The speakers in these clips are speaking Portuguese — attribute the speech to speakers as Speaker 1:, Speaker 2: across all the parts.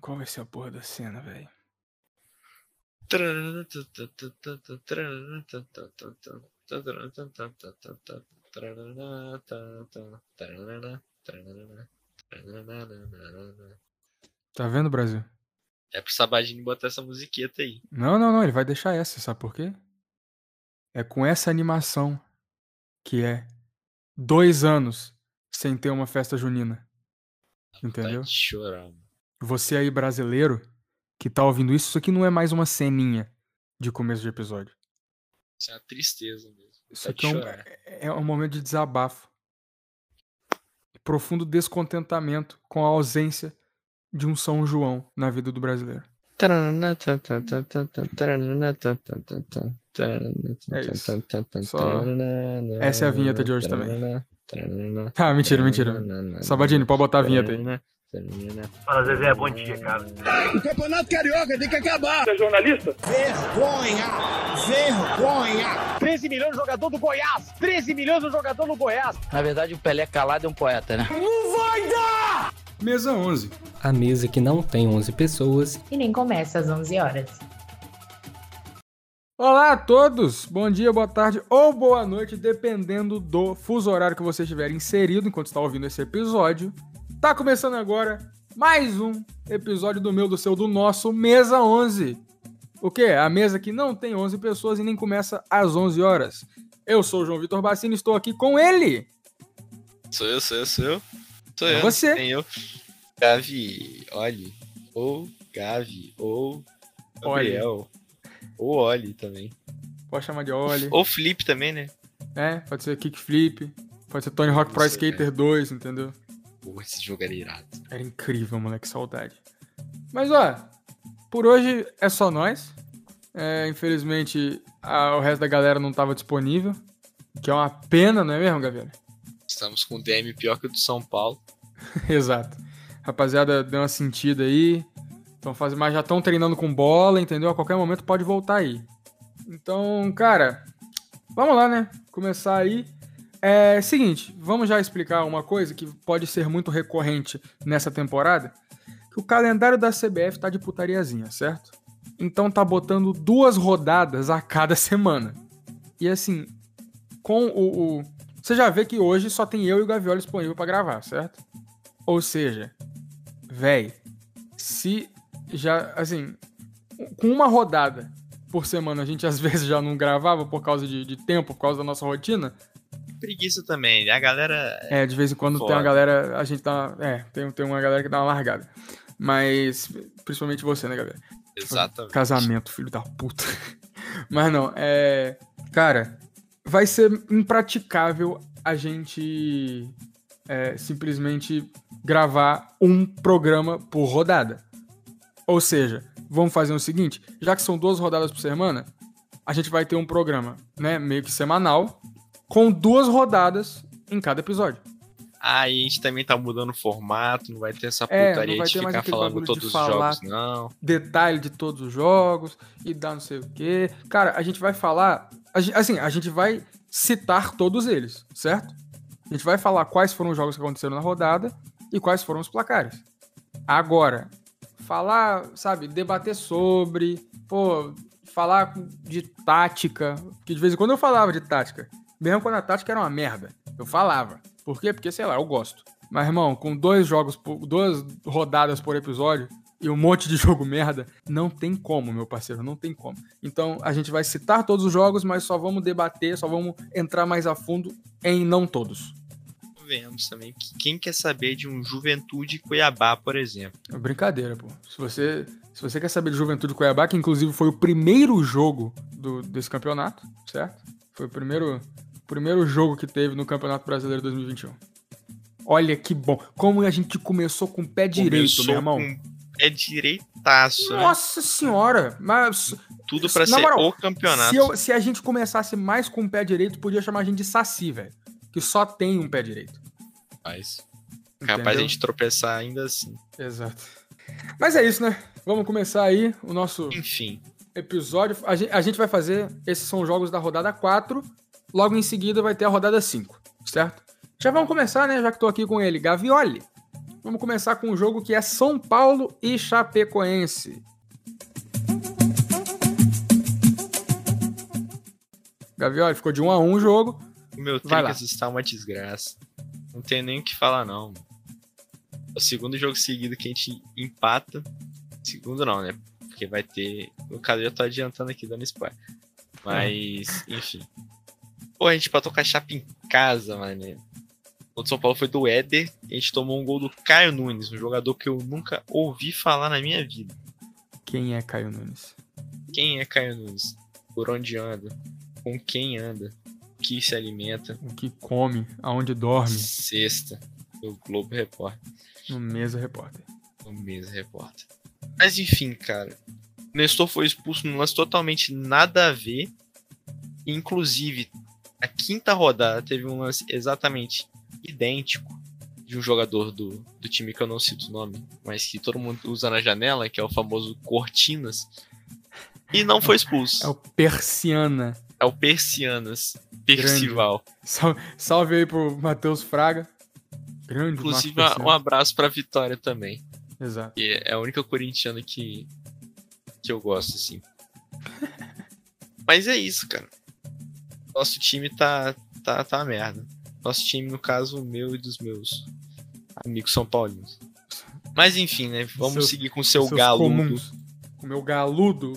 Speaker 1: qual vai ser a porra da cena, velho. Tá vendo, Brasil?
Speaker 2: É pro Sabadinho botar essa musiqueta aí. Tá
Speaker 1: Não, não, não, ele vai deixar essa, sabe por quê? É com essa animação que é dois anos sem ter uma festa junina.
Speaker 2: Tá
Speaker 1: Entendeu?
Speaker 2: de chorar, mano.
Speaker 1: Você aí, brasileiro, que tá ouvindo isso, isso aqui não é mais uma ceninha de começo de episódio.
Speaker 2: Isso é uma tristeza mesmo.
Speaker 1: Isso
Speaker 2: Tá
Speaker 1: aqui
Speaker 2: de
Speaker 1: é um,
Speaker 2: chorar.
Speaker 1: é um momento de desabafo. Profundo descontentamento com a ausência de um São João na vida do brasileiro. É Essa é a vinheta de hoje também. Ah,
Speaker 2: É
Speaker 1: mentira, mentira. Sabadinho, pode botar a vinheta aí.
Speaker 2: aí.
Speaker 3: Fala, Zezé, bom dia, cara.
Speaker 4: O Campeonato Carioca tem que acabar.
Speaker 3: Você é jornalista?
Speaker 4: Vergonha! Vergonha!
Speaker 5: 13 milhões de jogador do Goiás. 13 milhões de jogador do Goiás.
Speaker 6: Na verdade, o Pelé calado é um poeta, né?
Speaker 1: Mesa 11.
Speaker 7: A mesa que não tem 11 pessoas
Speaker 8: e nem começa às 11 horas.
Speaker 1: Olá a todos! Bom dia, boa tarde ou boa noite, dependendo do fuso horário que você estiver inserido enquanto está ouvindo esse episódio. Tá começando agora mais um episódio do meu, do seu, do nosso Mesa 11. O quê? A mesa que não tem 11 pessoas e nem começa às 11 horas. Eu sou o João Vitor Bassini e estou aqui com ele.
Speaker 2: Sou eu, sou eu, sou eu. Sou
Speaker 1: É
Speaker 2: eu.
Speaker 1: você.
Speaker 2: Tem eu. Gavi, olhe. Ou Gavi, ou Gabriel. Ou Oli também.
Speaker 1: Pode chamar de Oli.
Speaker 2: Ou Felipe também, né?
Speaker 1: É, pode ser Kickflip. Pode ser né? Tony Hawk Pro
Speaker 2: Isso,
Speaker 1: Skater 2, entendeu?
Speaker 2: Pô, esse jogo era irado.
Speaker 1: Era incrível, moleque, saudade. Mas ó, por hoje é só nós. É, infelizmente, a- o resto da galera não tava disponível. Que é uma pena, não é mesmo, Gabriel?
Speaker 2: Estamos com o DM pior que o do São Paulo.
Speaker 1: Exato. Rapaziada, deu uma sentida aí. Então faz, mas já estão treinando com bola, entendeu? A qualquer momento pode voltar aí. Então, cara, vamos lá, né? Começar aí. É seguinte, vamos já explicar uma coisa que pode ser muito recorrente nessa temporada, que o calendário da CBF tá de putariazinha, certo? Então tá botando duas rodadas a cada semana. E assim, com o, o- você já vê que hoje só tem eu e o Gavioli disponível pra gravar, certo? Ou seja, véi, se já, assim, com uma rodada por semana a gente às vezes já não gravava por causa de, de tempo, por causa da nossa rotina.
Speaker 2: Preguiça também. né? A galera.
Speaker 1: É, de vez em quando tem uma
Speaker 2: Foda.
Speaker 1: galera, a gente tá, é, tem, tem uma galera que dá uma largada. Mas, principalmente você, né, galera?
Speaker 2: Exatamente.
Speaker 1: Casamento, filho da puta. Mas não, é. Cara, vai ser impraticável a gente é, simplesmente gravar um programa por rodada. Ou seja, vamos fazer o seguinte: já que são duas rodadas por semana, a gente vai ter um programa, né, meio que semanal, com duas rodadas em cada episódio.
Speaker 2: Aí a gente também tá mudando o formato, não vai ter essa
Speaker 1: É, não
Speaker 2: putaria
Speaker 1: vai
Speaker 2: de
Speaker 1: ter mais
Speaker 2: ficar
Speaker 1: aquele
Speaker 2: falando
Speaker 1: bagulho de
Speaker 2: todos os
Speaker 1: falar.
Speaker 2: jogos, não.
Speaker 1: detalhe de todos os jogos e dá não sei o quê. Cara, a gente vai falar. a gen- Assim, a gente vai citar todos eles, certo? A gente vai falar quais foram os jogos que aconteceram na rodada e quais foram os placares. Agora, falar, sabe, debater sobre, pô, falar de tática, que de vez em quando eu falava de tática, mesmo quando a tática era uma merda, eu falava. Por quê? Porque, sei lá, eu gosto. Mas, irmão, com dois jogos, por- duas rodadas por episódio, e um monte de jogo merda, não tem como, meu parceiro, não tem como. Então a gente vai citar todos os jogos, mas só vamos debater, só vamos entrar mais a fundo em não todos.
Speaker 2: Vemos também. que Quem quer saber de um Juventude Cuiabá, por exemplo?
Speaker 1: É brincadeira, pô. Se você, se você quer saber de Juventude Cuiabá, que inclusive foi o primeiro jogo do, desse campeonato, certo? Foi o primeiro, primeiro jogo que teve no Campeonato Brasileiro 2021. Olha que bom. Como a gente começou com o pé É direito,
Speaker 2: Começou
Speaker 1: meu irmão.
Speaker 2: com- É direitaço, né?
Speaker 1: Nossa senhora! Mas
Speaker 2: Tudo pra
Speaker 1: na
Speaker 2: ser
Speaker 1: moral,
Speaker 2: o campeonato.
Speaker 1: Se, eu- se a gente começasse mais com o pé direito, podia chamar a gente de Saci, velho. Que só tem um pé direito.
Speaker 2: Mas,
Speaker 1: Entendeu?
Speaker 2: capaz de a gente tropeçar ainda assim.
Speaker 1: Exato. Mas é isso, né? Vamos começar aí o nosso
Speaker 2: Enfim,
Speaker 1: episódio. A gen- a gente, vai fazer. Esses são os jogos da rodada 4. Logo em seguida vai ter a rodada 5, certo? Já vamos começar, né? Já que tô aqui com ele, Gavioli. Vamos começar com um jogo que é São Paulo e Chapecoense. Gavioli, ficou de 1 um a 1 um o jogo.
Speaker 2: O meu
Speaker 1: Vai lá.
Speaker 2: Tricas está uma desgraça. Não tem nem o que falar, não. É o segundo jogo seguido que a gente empata. Segundo não, né? Porque vai ter. No caso, eu já tô adiantando aqui, dando spoiler. Mas, enfim. Pô, a gente empatou com a Chapa em casa, mano. O do São Paulo foi do Éder. E a gente tomou um gol do Caio Nunes, um jogador que eu nunca ouvi falar na minha vida.
Speaker 1: Quem é Caio Nunes?
Speaker 2: Quem é Caio Nunes? Por onde anda? Com quem anda? O que se alimenta?
Speaker 1: O que come, aonde dorme,
Speaker 2: Sexta, do Globo Repórter.
Speaker 1: no Mesa Repórter.
Speaker 2: no Mesa Repórter. Mas enfim, cara. Nestor foi expulso num lance totalmente nada a ver. Inclusive, a quinta rodada teve um lance exatamente idêntico de um jogador do, do time que eu não cito o nome, mas que todo mundo usa na janela, que é o famoso Cortinas. E não foi expulso.
Speaker 1: É o Persiana.
Speaker 2: É o Persianas. Percival.
Speaker 1: Sal- Salve aí pro Matheus Fraga. Grande
Speaker 2: Inclusive,
Speaker 1: Matheus
Speaker 2: um
Speaker 1: Persiana.
Speaker 2: abraço pra Vitória também.
Speaker 1: Exato.
Speaker 2: E é a única corintiana que, que eu gosto, assim. Mas é isso, cara. Nosso time tá, tá, tá uma merda. Nosso time, no caso, o meu e dos meus amigos são paulinos. Mas enfim, né? Vamos
Speaker 1: Seus-
Speaker 2: seguir com o seu
Speaker 1: Seus
Speaker 2: galo.
Speaker 1: comuns. Com o meu galudo.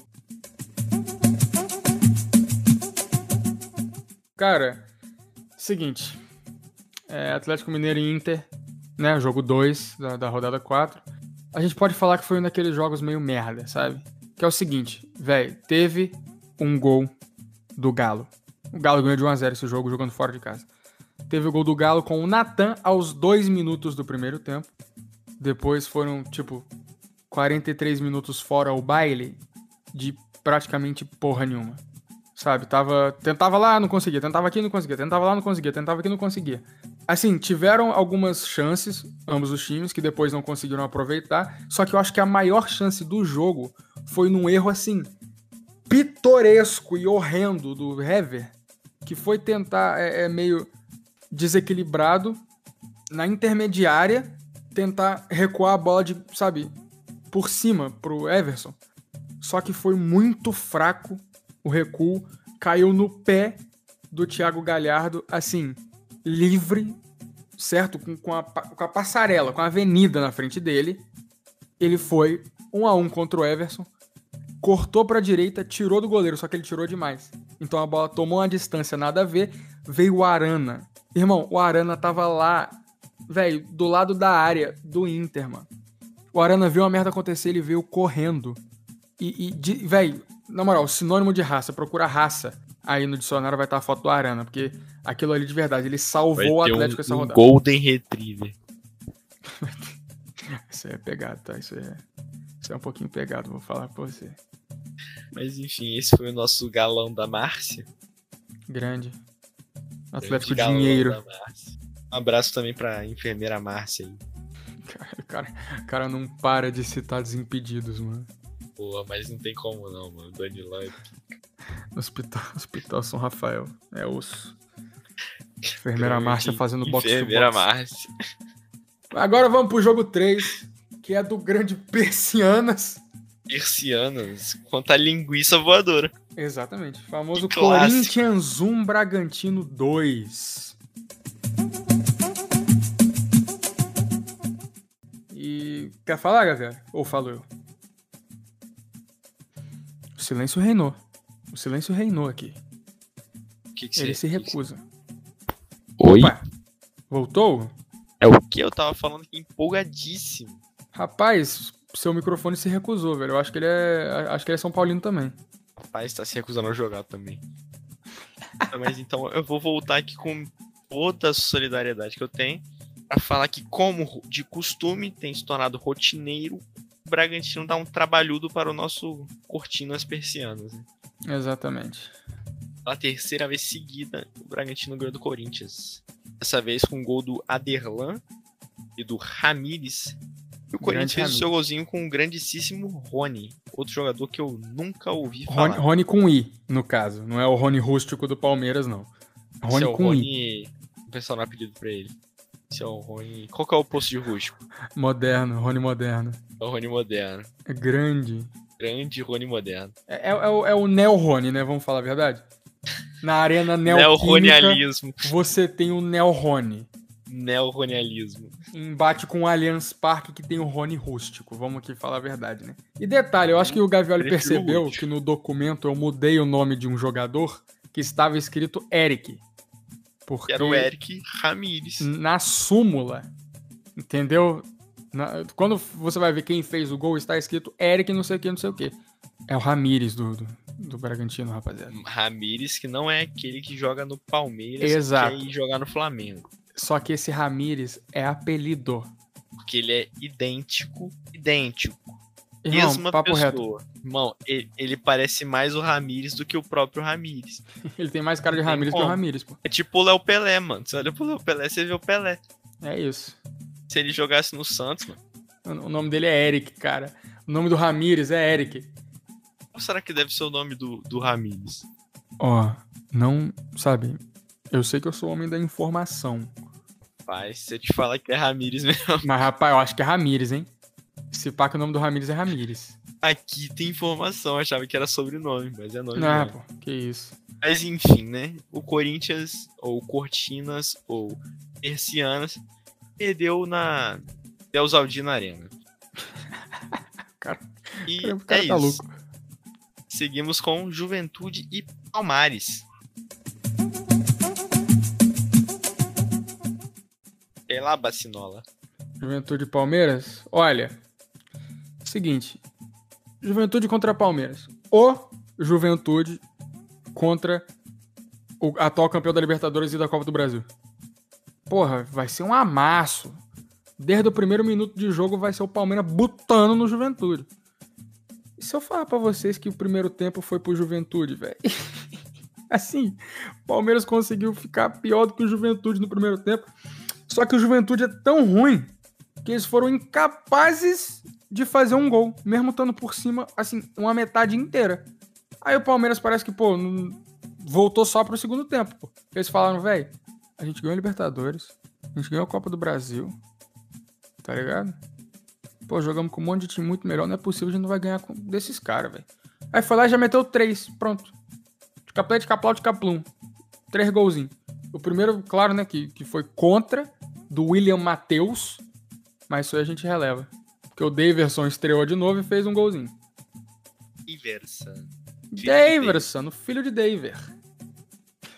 Speaker 1: Cara, seguinte. É, Atlético Mineiro e Inter, né? Jogo 2 da, da rodada 4. A gente pode falar que foi um daqueles jogos meio merda, sabe? Que é o seguinte, velho, teve um gol do Galo. O Galo ganhou de 1x0 esse jogo, jogando fora de casa. Teve o gol do Galo com o Natan aos 2 minutos do primeiro tempo. Depois foram, tipo, 43 minutos fora o baile de praticamente porra nenhuma. Sabe, tava. Tentava lá, não conseguia, tentava aqui, não conseguia, tentava lá, não conseguia, tentava aqui, não conseguia. Assim, tiveram algumas chances, ambos os times, que depois não conseguiram aproveitar. Só que eu acho que a maior chance do jogo foi num erro, assim, pitoresco e horrendo do Hever, que foi tentar, é, é meio desequilibrado, na intermediária, tentar recuar a bola de, sabe, por cima pro Everson. Só que foi muito fraco o recuo, caiu no pé do Thiago Galhardo, assim, livre, certo? Com, com a, pa- com a passarela, com a avenida na frente dele. Ele foi um a um contra o Everson, cortou pra direita, tirou do goleiro, só que ele tirou demais. Então a bola tomou uma distância nada a ver, veio o Arana. Irmão, o Arana tava lá, velho, do lado da área do Inter, mano. O Arana viu a merda acontecer, ele veio correndo. E, e de- véi, na moral, sinônimo de raça, procura raça. Aí no dicionário vai estar a foto do Arana, porque aquilo ali de verdade, ele
Speaker 2: Vai
Speaker 1: salvou o
Speaker 2: ter
Speaker 1: Atlético essa
Speaker 2: um, um
Speaker 1: rodada.
Speaker 2: Golden Retriever.
Speaker 1: Isso aí é pegado, tá? Isso aí é, isso aí é um pouquinho pegado, vou falar pra você.
Speaker 2: Mas enfim, esse foi o nosso galão da Márcia.
Speaker 1: Grande. Atlético
Speaker 2: Grande galão
Speaker 1: Dinheiro.
Speaker 2: da Márcia. Um abraço também pra enfermeira Márcia aí.
Speaker 1: Cara, o cara, o cara não para de citar desimpedidos, mano.
Speaker 2: Boa, mas não tem como não, mano. Danilão é
Speaker 1: Hospital, Hospital São Rafael. É osso. Enfermeira
Speaker 2: Grande
Speaker 1: Márcia fazendo boxe to
Speaker 2: Enfermeira
Speaker 1: box.
Speaker 2: Márcia.
Speaker 1: Agora vamos pro jogo 3, que é do grande Persianas.
Speaker 2: Persianas quanto a linguiça voadora.
Speaker 1: Exatamente. Famoso
Speaker 2: Que clássico.
Speaker 1: Corinthians 1 Bragantino 2. E quer falar, Gavião? Ou falo eu? O silêncio reinou. O silêncio reinou aqui.
Speaker 2: O que que
Speaker 1: Ele
Speaker 2: você-
Speaker 1: se recusa.
Speaker 2: Oi?
Speaker 1: Opa, voltou?
Speaker 2: É o que eu tava falando aqui, empolgadíssimo.
Speaker 1: Rapaz, seu microfone se recusou, velho. Eu acho que ele é, acho que ele é São Paulino também.
Speaker 2: O rapaz tá se recusando a jogar também. Ah, Mas então eu vou voltar aqui com toda a solidariedade que eu tenho pra falar que, como de costume, tem se tornado rotineiro. O Bragantino dá um trabalhudo para o nosso Cortinas Persianas. Né?
Speaker 1: Exatamente.
Speaker 2: Pela terceira vez seguida, o Bragantino ganhou do Corinthians. Dessa vez com o gol do Aderlan e do Ramires. E o Corinthians fez o
Speaker 1: Ramires.
Speaker 2: seu golzinho com o grandíssimo Rony, outro jogador que eu nunca ouvi falar.
Speaker 1: Rony, Rony com I, no caso. Não é o Rony rústico do Palmeiras, não.
Speaker 2: Esse
Speaker 1: Rony
Speaker 2: é o
Speaker 1: com I.
Speaker 2: Rony, o pessoal não apelido pra ele. Esse é o Rony. Qual que é o posto de rústico?
Speaker 1: Moderno, Rony Moderno.
Speaker 2: É o Rony moderno.
Speaker 1: É grande.
Speaker 2: Grande Rony moderno.
Speaker 1: É, é- é o, é o neo-Rony, né? Vamos falar a verdade. Na arena neo-Rony
Speaker 2: Neoronialismo.
Speaker 1: você tem o neo-Rony.
Speaker 2: Neoronialismo.
Speaker 1: Embate com o Allianz Parque que tem o Rony rústico. Vamos aqui falar a verdade, né? E detalhe, eu acho que o Gavioli
Speaker 2: Prefiro
Speaker 1: percebeu
Speaker 2: rústico.
Speaker 1: que no documento eu mudei o nome de um jogador que estava escrito Eric. Porque
Speaker 2: Que era o Eric Ramírez.
Speaker 1: na súmula, entendeu? Na- quando você vai ver quem fez o gol, está escrito Eric não sei o que, não sei o que. É o Ramires do, do, do Bragantino, rapaziada.
Speaker 2: Ramírez, que não é aquele que joga no Palmeiras
Speaker 1: Exato.
Speaker 2: que quer ir jogar no Flamengo.
Speaker 1: Só que esse Ramires é apelido.
Speaker 2: Porque ele é idêntico, idêntico.
Speaker 1: Irmão,
Speaker 2: mesma
Speaker 1: papo reto.
Speaker 2: pessoa. Irmão, ele, ele parece mais o Ramírez do que o próprio Ramírez.
Speaker 1: Ele tem mais cara de
Speaker 2: Tem
Speaker 1: Ramires que o
Speaker 2: como.
Speaker 1: Ramires, pô.
Speaker 2: É tipo o Léo Pelé, mano. Você olha pro Léo Pelé, você vê o Pelé.
Speaker 1: É isso.
Speaker 2: Se ele jogasse no Santos, mano,
Speaker 1: O o nome dele é Eric, cara. O nome do Ramires é Eric.
Speaker 2: qual será que deve ser o nome do, do Ramírez?
Speaker 1: Ó, não, sabe, eu sei que eu sou homem da informação.
Speaker 2: Pai, se eu te falar que é Ramírez mesmo.
Speaker 1: Mas, rapaz, eu acho que é Ramires, hein? Se pá que o nome do Ramires é Ramires.
Speaker 2: Aqui tem informação, eu achava que era sobrenome, mas é nome.
Speaker 1: Ah,
Speaker 2: mesmo.
Speaker 1: pô, que isso.
Speaker 2: Mas enfim, né? O Corinthians, ou Cortinas, ou Persianas, perdeu na Deusaldina Arena.
Speaker 1: Cara,
Speaker 2: e
Speaker 1: Cara, o cara
Speaker 2: é
Speaker 1: tá
Speaker 2: isso.
Speaker 1: louco.
Speaker 2: Seguimos com Juventude e Palmares. É lá, Bacinola.
Speaker 1: Juventude e Palmeiras, olha. Seguinte. Juventude contra Palmeiras. O Juventude contra o atual campeão da Libertadores e da Copa do Brasil. Porra, vai ser um amasso. Desde o primeiro minuto de jogo vai ser o Palmeiras botando no Juventude. E se eu falar pra vocês que o primeiro tempo foi pro Juventude, velho? assim, o Palmeiras conseguiu ficar pior do que o Juventude no primeiro tempo. Só que o Juventude é tão ruim que eles foram incapazes de fazer um gol, mesmo estando por cima, assim, uma metade inteira. Aí o Palmeiras parece que, pô, não- voltou só pro segundo tempo. pô. Eles falaram, velho, a gente ganhou a Libertadores, a gente ganhou a Copa do Brasil, tá ligado? Pô, jogamos com um monte de time muito melhor, não é possível, a gente não vai ganhar com desses caras, velho. Aí foi lá e já meteu três, pronto. De caplé, de caplau, de caplum. Três golzinhos. O primeiro, claro, né, que, que foi contra, do William Matheus, mas isso aí a gente releva. Porque o Daverson estreou de novo e fez um golzinho.
Speaker 2: Inversa. de
Speaker 1: Daverson, o filho de Daver.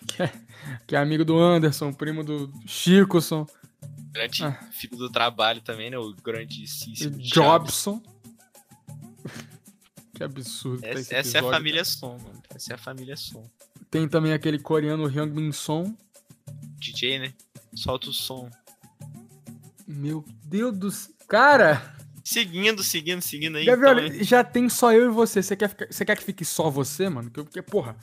Speaker 1: Que é, que é amigo do Anderson, primo do Chicoson,
Speaker 2: Grande
Speaker 1: Ah.
Speaker 2: filho do trabalho também, né? O
Speaker 1: e
Speaker 2: grandíssimo Jobs.
Speaker 1: Jobson. Que absurdo. tá esse
Speaker 2: Essa, essa é a
Speaker 1: episódio,
Speaker 2: família Som, mano. Essa é a família Som.
Speaker 1: cara. Tem também aquele coreano Hyung Min Son.
Speaker 2: DJ, né? Solta o som.
Speaker 1: Meu Deus do c- Cara,
Speaker 2: Seguindo, seguindo, seguindo aí.
Speaker 1: Gabriel,
Speaker 2: então, né?
Speaker 1: já tem só eu e você. Você quer, ficar- você quer que fique só você, mano? Que eu- Porque, porra,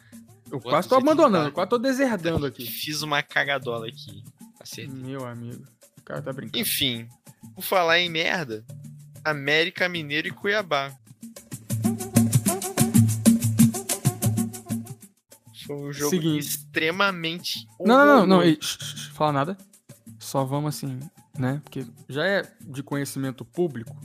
Speaker 1: eu
Speaker 2: Quanto
Speaker 1: quase tô
Speaker 2: você tem, Tá
Speaker 1: abandonando,
Speaker 2: cara?
Speaker 1: eu quase tô deserdando aqui.
Speaker 2: Fiz uma cagadola aqui. Acertei.
Speaker 1: Meu amigo. O cara tá brincando.
Speaker 2: Enfim, por falar em merda, América Mineiro e Cuiabá. Foi um jogo
Speaker 1: Seguinte.
Speaker 2: extremamente.
Speaker 1: Não, não, não, não.
Speaker 2: horroroso.
Speaker 1: e- shh, shh, shh, fala nada. Só vamos assim, né? Porque já é de conhecimento público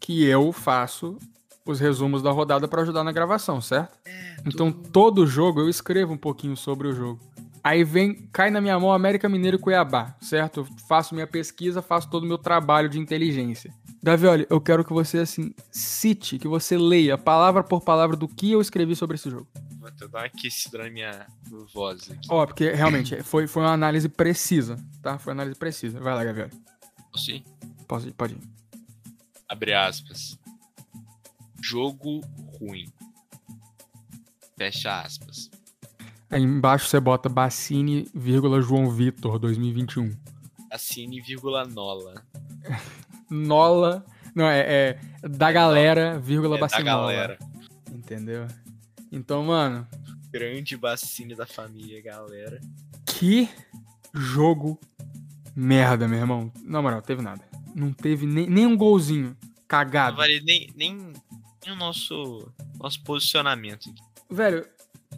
Speaker 1: que eu faço os resumos da rodada pra ajudar na gravação, certo? Então todo jogo eu escrevo um pouquinho sobre o jogo. Aí vem, cai na minha mão América Mineiro e Cuiabá, certo? Eu faço minha pesquisa, faço todo o meu trabalho de inteligência. Davi, olha, eu quero que você, assim, cite, que você leia palavra por palavra do que eu escrevi sobre esse jogo.
Speaker 2: Vou até dar uma aquecida na minha voz aqui.
Speaker 1: Ó, porque realmente é, foi, foi uma análise precisa, tá? Foi uma análise precisa. Vai lá, Gabriel.
Speaker 2: Posso ir?
Speaker 1: Pode ir, pode ir.
Speaker 2: Abre aspas. Jogo ruim. Fecha aspas.
Speaker 1: Aí embaixo você bota Bassini, vírgula, João Vitor, 2021.
Speaker 2: Assine vírgula nola.
Speaker 1: Nola. Não, é, é da galera, vírgula,
Speaker 2: É da
Speaker 1: Bassinola.
Speaker 2: galera.
Speaker 1: Entendeu? Então, mano,
Speaker 2: Grande bacinho da família, galera.
Speaker 1: que jogo merda, meu irmão. Na moral, teve nada. Não teve nem, nem um golzinho
Speaker 2: Não
Speaker 1: cagado.
Speaker 2: vale nem, nem, nem o nosso, nosso posicionamento aqui.
Speaker 1: Velho,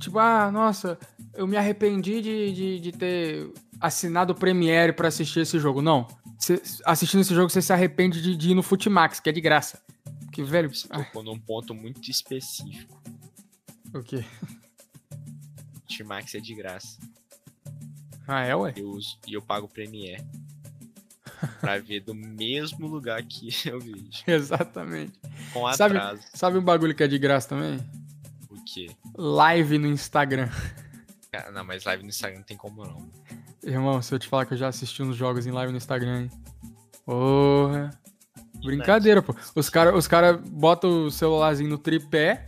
Speaker 1: tipo, ah, nossa, eu me arrependi de, de, de ter assinado o Premiere pra assistir esse jogo. Não. cê- assistindo esse jogo, você se arrepende de, de ir no Futimax, que é de graça. Que velho.
Speaker 2: Você
Speaker 1: Ah,
Speaker 2: tocou num ponto muito específico.
Speaker 1: o quê?
Speaker 2: Timax é de graça.
Speaker 1: Ah, é, ué?
Speaker 2: Eu uso e eu pago o Premiere. pra ver do mesmo lugar que eu vídeo.
Speaker 1: Exatamente.
Speaker 2: Com
Speaker 1: Sabe-
Speaker 2: atraso.
Speaker 1: Sabe um bagulho que é de graça também?
Speaker 2: O quê?
Speaker 1: Live no Instagram.
Speaker 2: Cara, não, mas live no Instagram não tem como não.
Speaker 1: Irmão, se eu te falar que eu já assisti uns jogos em live no Instagram, hein? Porra. Brincadeira, pô. Os caras os cara botam o celularzinho no tripé,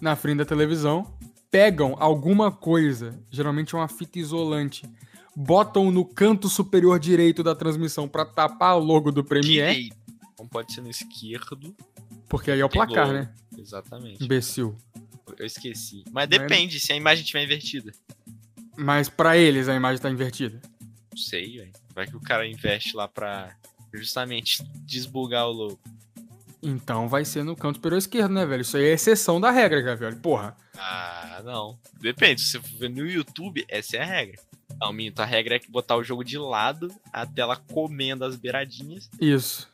Speaker 1: na frente da televisão, pegam alguma coisa, geralmente é uma fita isolante, botam no canto superior direito da transmissão pra tapar o logo do Premiere,
Speaker 2: Direito. Não Então pode ser no esquerdo.
Speaker 1: porque aí é o
Speaker 2: Tem
Speaker 1: placar,
Speaker 2: logo.
Speaker 1: né?
Speaker 2: Exatamente.
Speaker 1: Imbecil.
Speaker 2: Eu esqueci. Mas
Speaker 1: Não é-
Speaker 2: depende, se a imagem tiver invertida.
Speaker 1: Mas pra eles a imagem tá invertida.
Speaker 2: Não sei, velho. Vai que o cara investe lá pra justamente desbugar o logo.
Speaker 1: Então vai ser no canto superior esquerdo, né, velho? Isso aí é exceção da regra, cara, velho. Porra.
Speaker 2: Ah, não. Depende, se você for ver no YouTube, essa é a regra. Não, minto, a regra é que botar o jogo de lado, a tela comendo as beiradinhas
Speaker 1: Isso.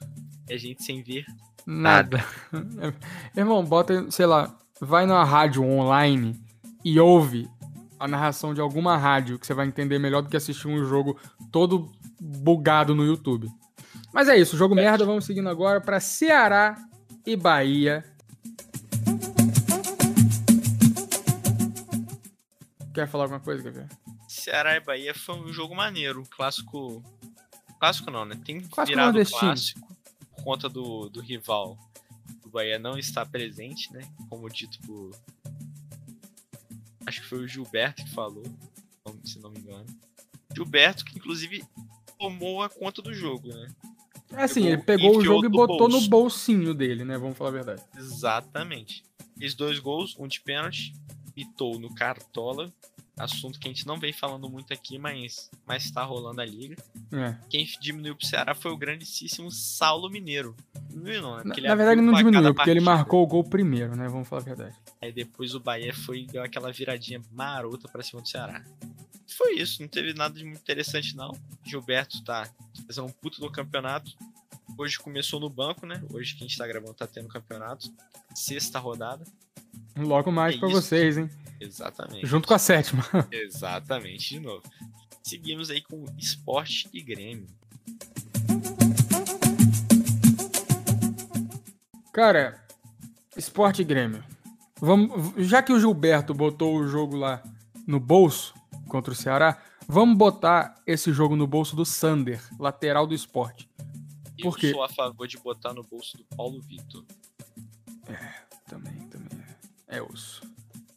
Speaker 2: e a gente sem ver.
Speaker 1: Nada. Irmão, bota, sei lá, vai na rádio online e ouve a narração de alguma rádio que você vai entender melhor do que assistir um jogo todo bugado no YouTube. Mas é isso, jogo merda, vamos seguindo agora pra Ceará e Bahia. Quer falar alguma coisa, Gabriel?
Speaker 2: Ceará e Bahia foi um jogo maneiro, um clássico. Clássico não, né? Tem
Speaker 1: Clássico
Speaker 2: virado
Speaker 1: nordestino.
Speaker 2: clássico por conta do, do rival. O Bahia não está presente, né? Como dito por. Acho que foi o Gilberto que falou, se não me engano. Gilberto, que inclusive tomou a conta do jogo, né?
Speaker 1: É assim,
Speaker 2: Pegou-
Speaker 1: ele pegou o
Speaker 2: enfiou
Speaker 1: jogo e
Speaker 2: do
Speaker 1: botou no
Speaker 2: bolso.
Speaker 1: bolsinho dele, né? Vamos falar a verdade.
Speaker 2: Exatamente. Fez dois gols, um de pênalti, pitou no Cartola. Assunto que a gente não vem falando muito aqui, mas, mas tá rolando a liga.
Speaker 1: É.
Speaker 2: Quem diminuiu pro Ceará foi o grandíssimo Saulo Mineiro. Diminuiu não, né?
Speaker 1: Na,
Speaker 2: Porque
Speaker 1: na
Speaker 2: abriu
Speaker 1: verdade,
Speaker 2: o
Speaker 1: não
Speaker 2: placar da
Speaker 1: diminuiu, porque ele
Speaker 2: partida.
Speaker 1: marcou o gol primeiro, né? Vamos falar a verdade.
Speaker 2: Aí depois o Bahia foi e deu aquela viradinha marota pra cima do Ceará. Foi isso, não teve nada de muito interessante não. Gilberto tá fazendo um puto do campeonato. Hoje começou no banco, né? Hoje que a gente tá gravando tá tendo campeonato. Sexta rodada.
Speaker 1: Logo mais
Speaker 2: É
Speaker 1: pra
Speaker 2: isso. é
Speaker 1: vocês, hein?
Speaker 2: Exatamente.
Speaker 1: Junto com a sétima.
Speaker 2: Exatamente, de novo. Seguimos aí com esporte e Grêmio.
Speaker 1: Cara, Esporte Grêmio. Vamos, já que o Gilberto botou o jogo lá no bolso contra o Ceará, vamos botar esse jogo no bolso do Sander, lateral do esporte.
Speaker 2: Eu
Speaker 1: Por quê?
Speaker 2: sou a favor de botar no bolso do Paulo Vitor.
Speaker 1: Também, também. É osso.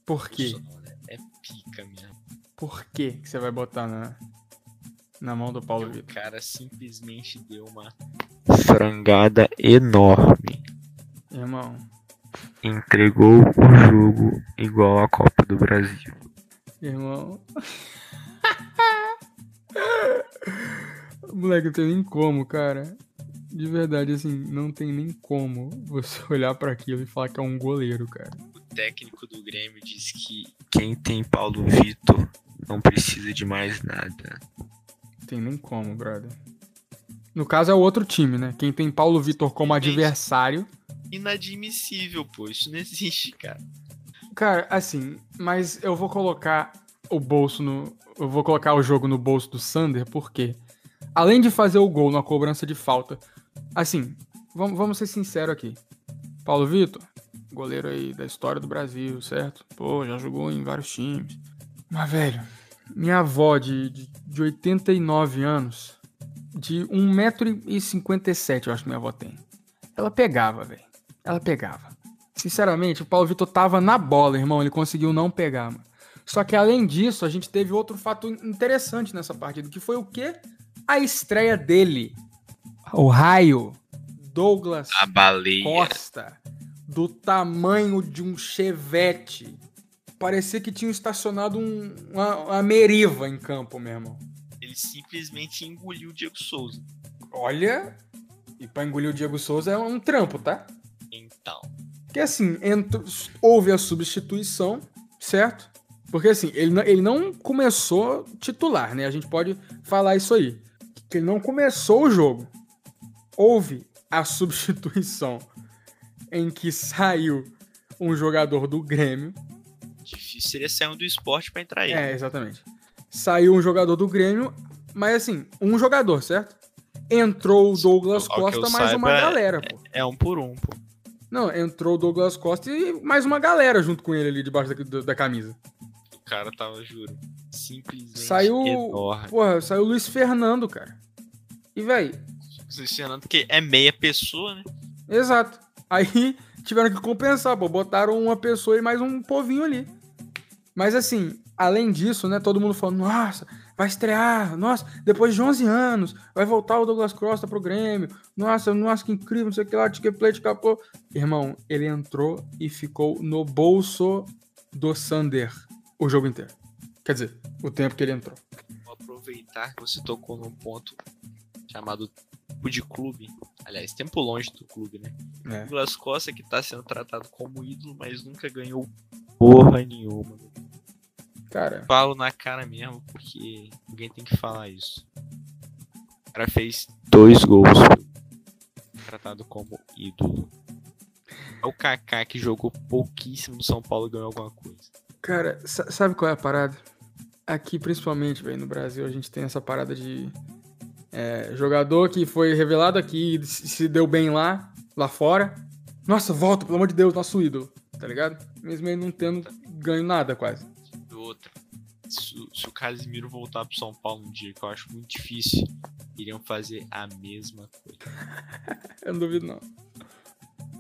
Speaker 1: Por
Speaker 2: Bolso
Speaker 1: quê?
Speaker 2: não, né? É pica mesmo.
Speaker 1: Por quê que você vai botar na, na mão do Paulo
Speaker 2: Porque O
Speaker 1: Vitor?
Speaker 2: um cara simplesmente deu uma frangada enorme.
Speaker 1: Irmão,
Speaker 2: Entregou o jogo igual à Copa do Brasil.
Speaker 1: Irmão. Moleque, não tem nem como, cara. De verdade, assim, não tem nem como você olhar pra aquilo e falar que é um goleiro, cara.
Speaker 2: O técnico do Grêmio diz que quem tem Paulo Vitor não precisa de mais nada.
Speaker 1: Não tem nem como, brother. No caso é o outro time, né? Quem tem Paulo Vitor como
Speaker 2: Sim, gente.
Speaker 1: adversário.
Speaker 2: Inadmissível, pô. Isso não existe, cara.
Speaker 1: Cara, assim, mas eu vou colocar o bolso no. Eu vou colocar o jogo no bolso do Sander, porque além de fazer o gol na cobrança de falta, assim, vamos, vamos ser sinceros aqui. Paulo Vitor, goleiro aí da história do Brasil, certo? Pô, já jogou em vários times. Mas, velho, minha avó de, de, de 89 anos, de 1,57m, eu acho que minha avó tem. Ela pegava, velho. Ela pegava. Sinceramente, o Paulo Vitor tava na bola, irmão. Ele conseguiu não pegar, mano. Só que além disso, a gente teve outro fato interessante nessa partida, que foi o quê? A estreia dele. O raio. Douglas
Speaker 2: A baleia.
Speaker 1: Costa. Do tamanho de um chevette. Parecia que tinham estacionado um- uma, uma meriva em campo, meu irmão.
Speaker 2: Ele simplesmente engoliu o Diego Souza.
Speaker 1: Olha. E pra engolir o Diego Souza é um trampo, tá?
Speaker 2: Então,
Speaker 1: Porque assim, entrou- houve a substituição, certo? Porque assim, ele não, ele não começou titular, né? A gente pode falar isso aí. Que ele não começou o jogo. houve a substituição em que saiu um jogador do Grêmio.
Speaker 2: Difícil seria sair um do esporte pra entrar aí.
Speaker 1: É, exatamente. Saiu um jogador do Grêmio, mas assim, um jogador, certo? Entrou o Douglas
Speaker 2: Ao que eu
Speaker 1: Costa, mais uma
Speaker 2: saiba,
Speaker 1: galera, pô.
Speaker 2: É um por um, pô.
Speaker 1: Não, entrou o Douglas Costa e mais uma galera junto com ele ali debaixo da, da- da camisa.
Speaker 2: O cara tava, juro, simplesmente
Speaker 1: Saiu-
Speaker 2: enorme.
Speaker 1: Porra, saiu o Luiz Fernando, cara. E, véi,
Speaker 2: Funcionando que é meia pessoa, né?
Speaker 1: exato. Aí tiveram que compensar, pô. Botaram uma pessoa e mais um povinho ali. Mas assim, além disso, né, todo mundo falando, nossa, vai estrear, nossa, depois de 11 anos, vai voltar o Douglas Costa pro Grêmio, nossa, nossa, que incrível, não sei o que lá, ticket plate, capô. Irmão, ele entrou e ficou no bolso do Sander o jogo inteiro. Quer dizer, o tempo que ele entrou.
Speaker 2: Vou aproveitar que você tocou num ponto chamado tempo de clube. Aliás, tempo longe do clube, né?
Speaker 1: É.
Speaker 2: Douglas Costa que tá sendo tratado como ídolo, mas nunca ganhou porra nenhuma.
Speaker 1: Cara,
Speaker 2: Falo na cara mesmo, porque ninguém tem que falar isso. O cara fez dois gols. Tratado como ídolo. É o Kaká que jogou pouquíssimo no São Paulo e ganhou alguma coisa.
Speaker 1: Cara, sa- sabe qual é a parada? Aqui, principalmente, velho, no Brasil, a gente tem essa parada de é, jogador que foi revelado aqui e se se deu bem lá, lá fora. Nossa, volta, pelo amor de Deus, nosso ídolo, tá ligado? Mesmo ele não tendo ganho nada quase.
Speaker 2: E outra. Se, o- se o Casimiro voltar pro São Paulo um dia, que eu acho muito difícil, iriam fazer a mesma coisa.
Speaker 1: Eu não duvido, não.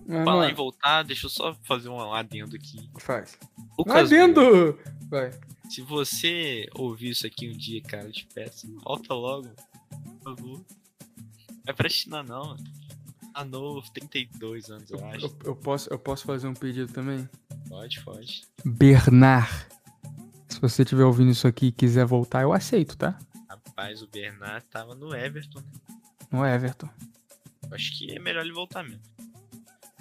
Speaker 1: Mas,
Speaker 2: Falar em
Speaker 1: mano,
Speaker 2: voltar, deixa eu só fazer um adendo aqui.
Speaker 1: faz. Não
Speaker 2: Lucas
Speaker 1: Um
Speaker 2: Moura,
Speaker 1: adendo! Vai.
Speaker 2: se você ouvir isso aqui um dia, cara, eu te peço, volta logo. Por favor. Vai pra China não. Ah, novo, 32 anos, eu acho.
Speaker 1: Eu, eu posso, eu posso fazer um pedido também?
Speaker 2: Pode, pode.
Speaker 1: Bernard, se você estiver ouvindo isso aqui e quiser voltar, eu aceito, tá?
Speaker 2: Rapaz, o Bernard tava no Everton. né?
Speaker 1: No é, Everton.
Speaker 2: Eu acho que é melhor ele voltar mesmo.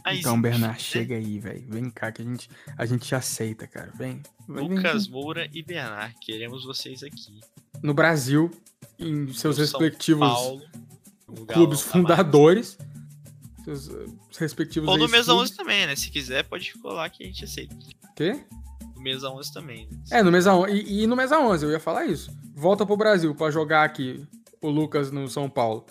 Speaker 2: Mas,
Speaker 1: Então, Bernard,
Speaker 2: né?
Speaker 1: chega aí, velho. Vem cá que a gente, a gente te aceita, cara. Vem. é Vem, vem
Speaker 2: Lucas
Speaker 1: aqui.
Speaker 2: Moura e Bernard, queremos vocês aqui.
Speaker 1: No Brasil, em seus
Speaker 2: São
Speaker 1: respectivos
Speaker 2: Paulo, o Galão
Speaker 1: clubes
Speaker 2: da
Speaker 1: fundadores. Seus eh, respectivos.
Speaker 2: Massa. Ou no
Speaker 1: ex-clubes.
Speaker 2: Mesa 11 também, né? Se quiser, pode colar que a gente aceita.
Speaker 1: Quê?
Speaker 2: No Mesa 11 também. Né?
Speaker 1: É, no Mesa 11. E, e no Mesa 11, eu ia falar isso. Volta pro Brasil pra jogar aqui o Lucas no São Paulo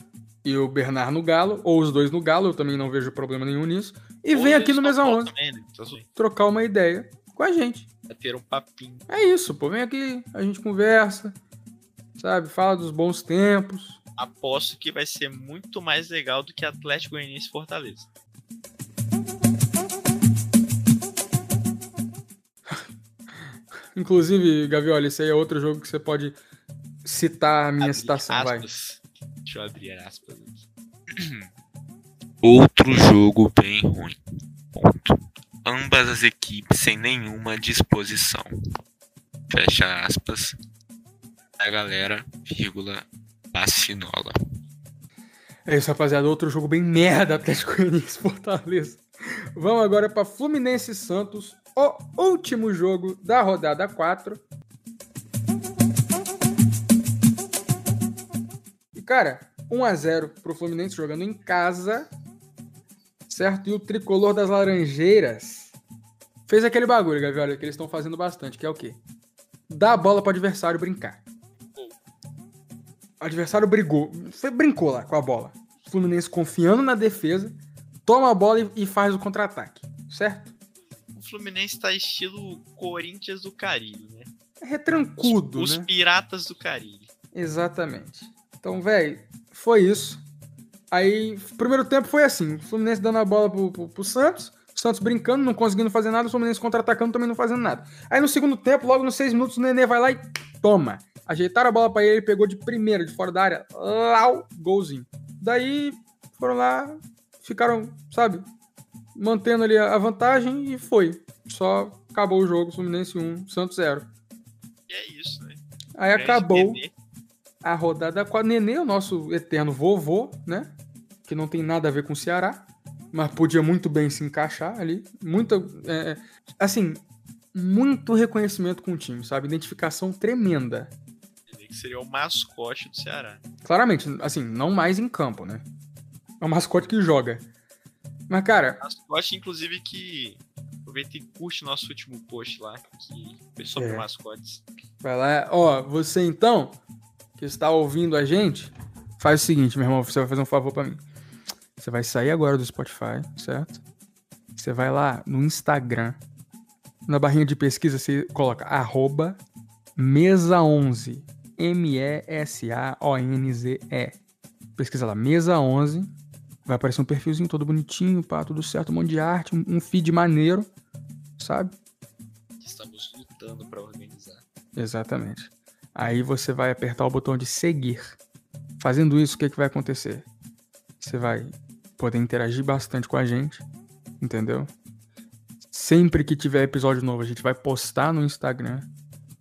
Speaker 1: e o Bernard no Galo, ou os dois no Galo, eu também não vejo problema nenhum nisso. E
Speaker 2: Ou
Speaker 1: vem aqui no
Speaker 2: São
Speaker 1: Mesa
Speaker 2: Paulo
Speaker 1: 11
Speaker 2: também, né? Tá zoando.
Speaker 1: trocar uma ideia com a gente.
Speaker 2: Vai ter um papinho.
Speaker 1: É isso, pô. Vem aqui, a gente conversa, sabe? Fala dos bons tempos.
Speaker 2: Aposto que vai ser muito mais legal do que Atlético Goianiense e Fortaleza.
Speaker 1: Inclusive, Gavioli, esse aí é outro jogo que você pode citar a minha
Speaker 2: Abrir
Speaker 1: citação, vai.
Speaker 2: aspas. Deixa eu abrir aspas aqui. Outro jogo bem ruim. Ponto. Ambas as equipes sem nenhuma disposição. Fecha aspas. A galera, vírgula, vacinola.
Speaker 1: É isso, rapaziada. Outro jogo bem merda, Atlético Goianiense e Fortaleza. Vamos agora pra Fluminense e Santos, o último jogo da rodada 4. E, cara, 1x0 pro Fluminense jogando em casa, certo? E o tricolor das Laranjeiras fez aquele bagulho, Gaviola, que eles estão fazendo bastante, que é o quê? Dar a bola pro adversário brincar. O adversário brigou, foi, brincou lá com a bola. O Fluminense confiando na defesa, toma a bola e, e faz o contra-ataque, certo?
Speaker 2: O Fluminense tá estilo Corinthians do Caribe, né?
Speaker 1: É retrancudo,
Speaker 2: Os
Speaker 1: né?
Speaker 2: Piratas do Caribe.
Speaker 1: Exatamente. Então, velho, foi isso. Aí, f- primeiro tempo foi assim: o Fluminense dando a bola pro, pro- pro Santos, o Santos brincando, não conseguindo fazer nada, o Fluminense contra-atacando também não fazendo nada. Aí no segundo tempo, logo nos seis minutos, o Nenê vai lá e toma. Ajeitaram a bola pra ele, ele pegou de primeira, de fora da área, lau, golzinho. Daí foram lá, ficaram, sabe, mantendo ali a a vantagem e foi. Só acabou o jogo: Fluminense 1, Santos 0.
Speaker 2: E é isso, né?
Speaker 1: Aí
Speaker 2: Grande
Speaker 1: acabou.
Speaker 2: bebê.
Speaker 1: a rodada 4. Nenê, o nosso eterno vovô, né? Que não tem nada a ver com o Ceará, mas podia muito bem se encaixar ali. Muita. é, é, assim, muito reconhecimento com o time, sabe? Identificação tremenda.
Speaker 2: Ele que seria o mascote do Ceará.
Speaker 1: Claramente, assim, não mais em campo, né? É um mascote que joga. Mas, cara,
Speaker 2: Mascote, inclusive, que aproveita e curte nosso último post lá, que foi sobre
Speaker 1: É.
Speaker 2: mascotes.
Speaker 1: vai lá. Ó, você então, que está ouvindo a gente, faz o seguinte, meu irmão, você vai fazer um favor pra mim. Você vai sair agora do Spotify, certo? Você vai lá no Instagram. Na barrinha de pesquisa, você coloca arroba mesa11. M-E-S-A-O-N-Z-E. Pesquisa lá, mesa11. Vai aparecer um perfilzinho todo bonitinho, pá, tudo certo, um monte de arte, um- um feed maneiro, sabe?
Speaker 2: Estamos lutando pra organizar.
Speaker 1: Exatamente. Aí você vai apertar o botão de seguir. Fazendo isso, o que, que vai acontecer? Você vai poder interagir bastante com a gente, entendeu? Sempre que tiver episódio novo, a gente vai postar no Instagram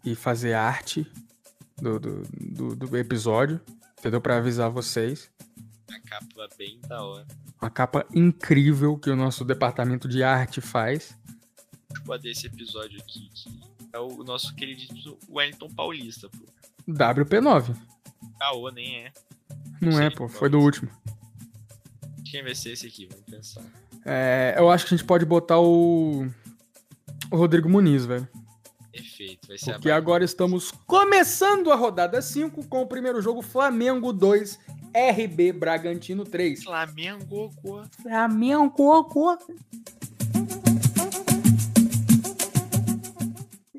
Speaker 1: e fazer arte do, do, do- do episódio, entendeu? Pra avisar vocês.
Speaker 2: A capa é bem da hora.
Speaker 1: Uma capa incrível que o nosso departamento de arte faz.
Speaker 2: Tipo a desse episódio aqui, que é o nosso queridíssimo Wellington Paulista, pô.
Speaker 1: WP9.
Speaker 2: Caô, nem é.
Speaker 1: Não é,
Speaker 2: Sim,
Speaker 1: pô. Foi do último.
Speaker 2: Quem vai ser esse aqui? Vamos pensar.
Speaker 1: É, eu acho que a gente pode botar o, o Rodrigo Muniz, velho.
Speaker 2: Perfeito, vai ser
Speaker 1: Porque
Speaker 2: a
Speaker 1: agora estamos começando a rodada 5 com o primeiro jogo Flamengo 2, RB Bragantino 3.
Speaker 2: Flamengo, pô.
Speaker 1: Flamengo, cocô.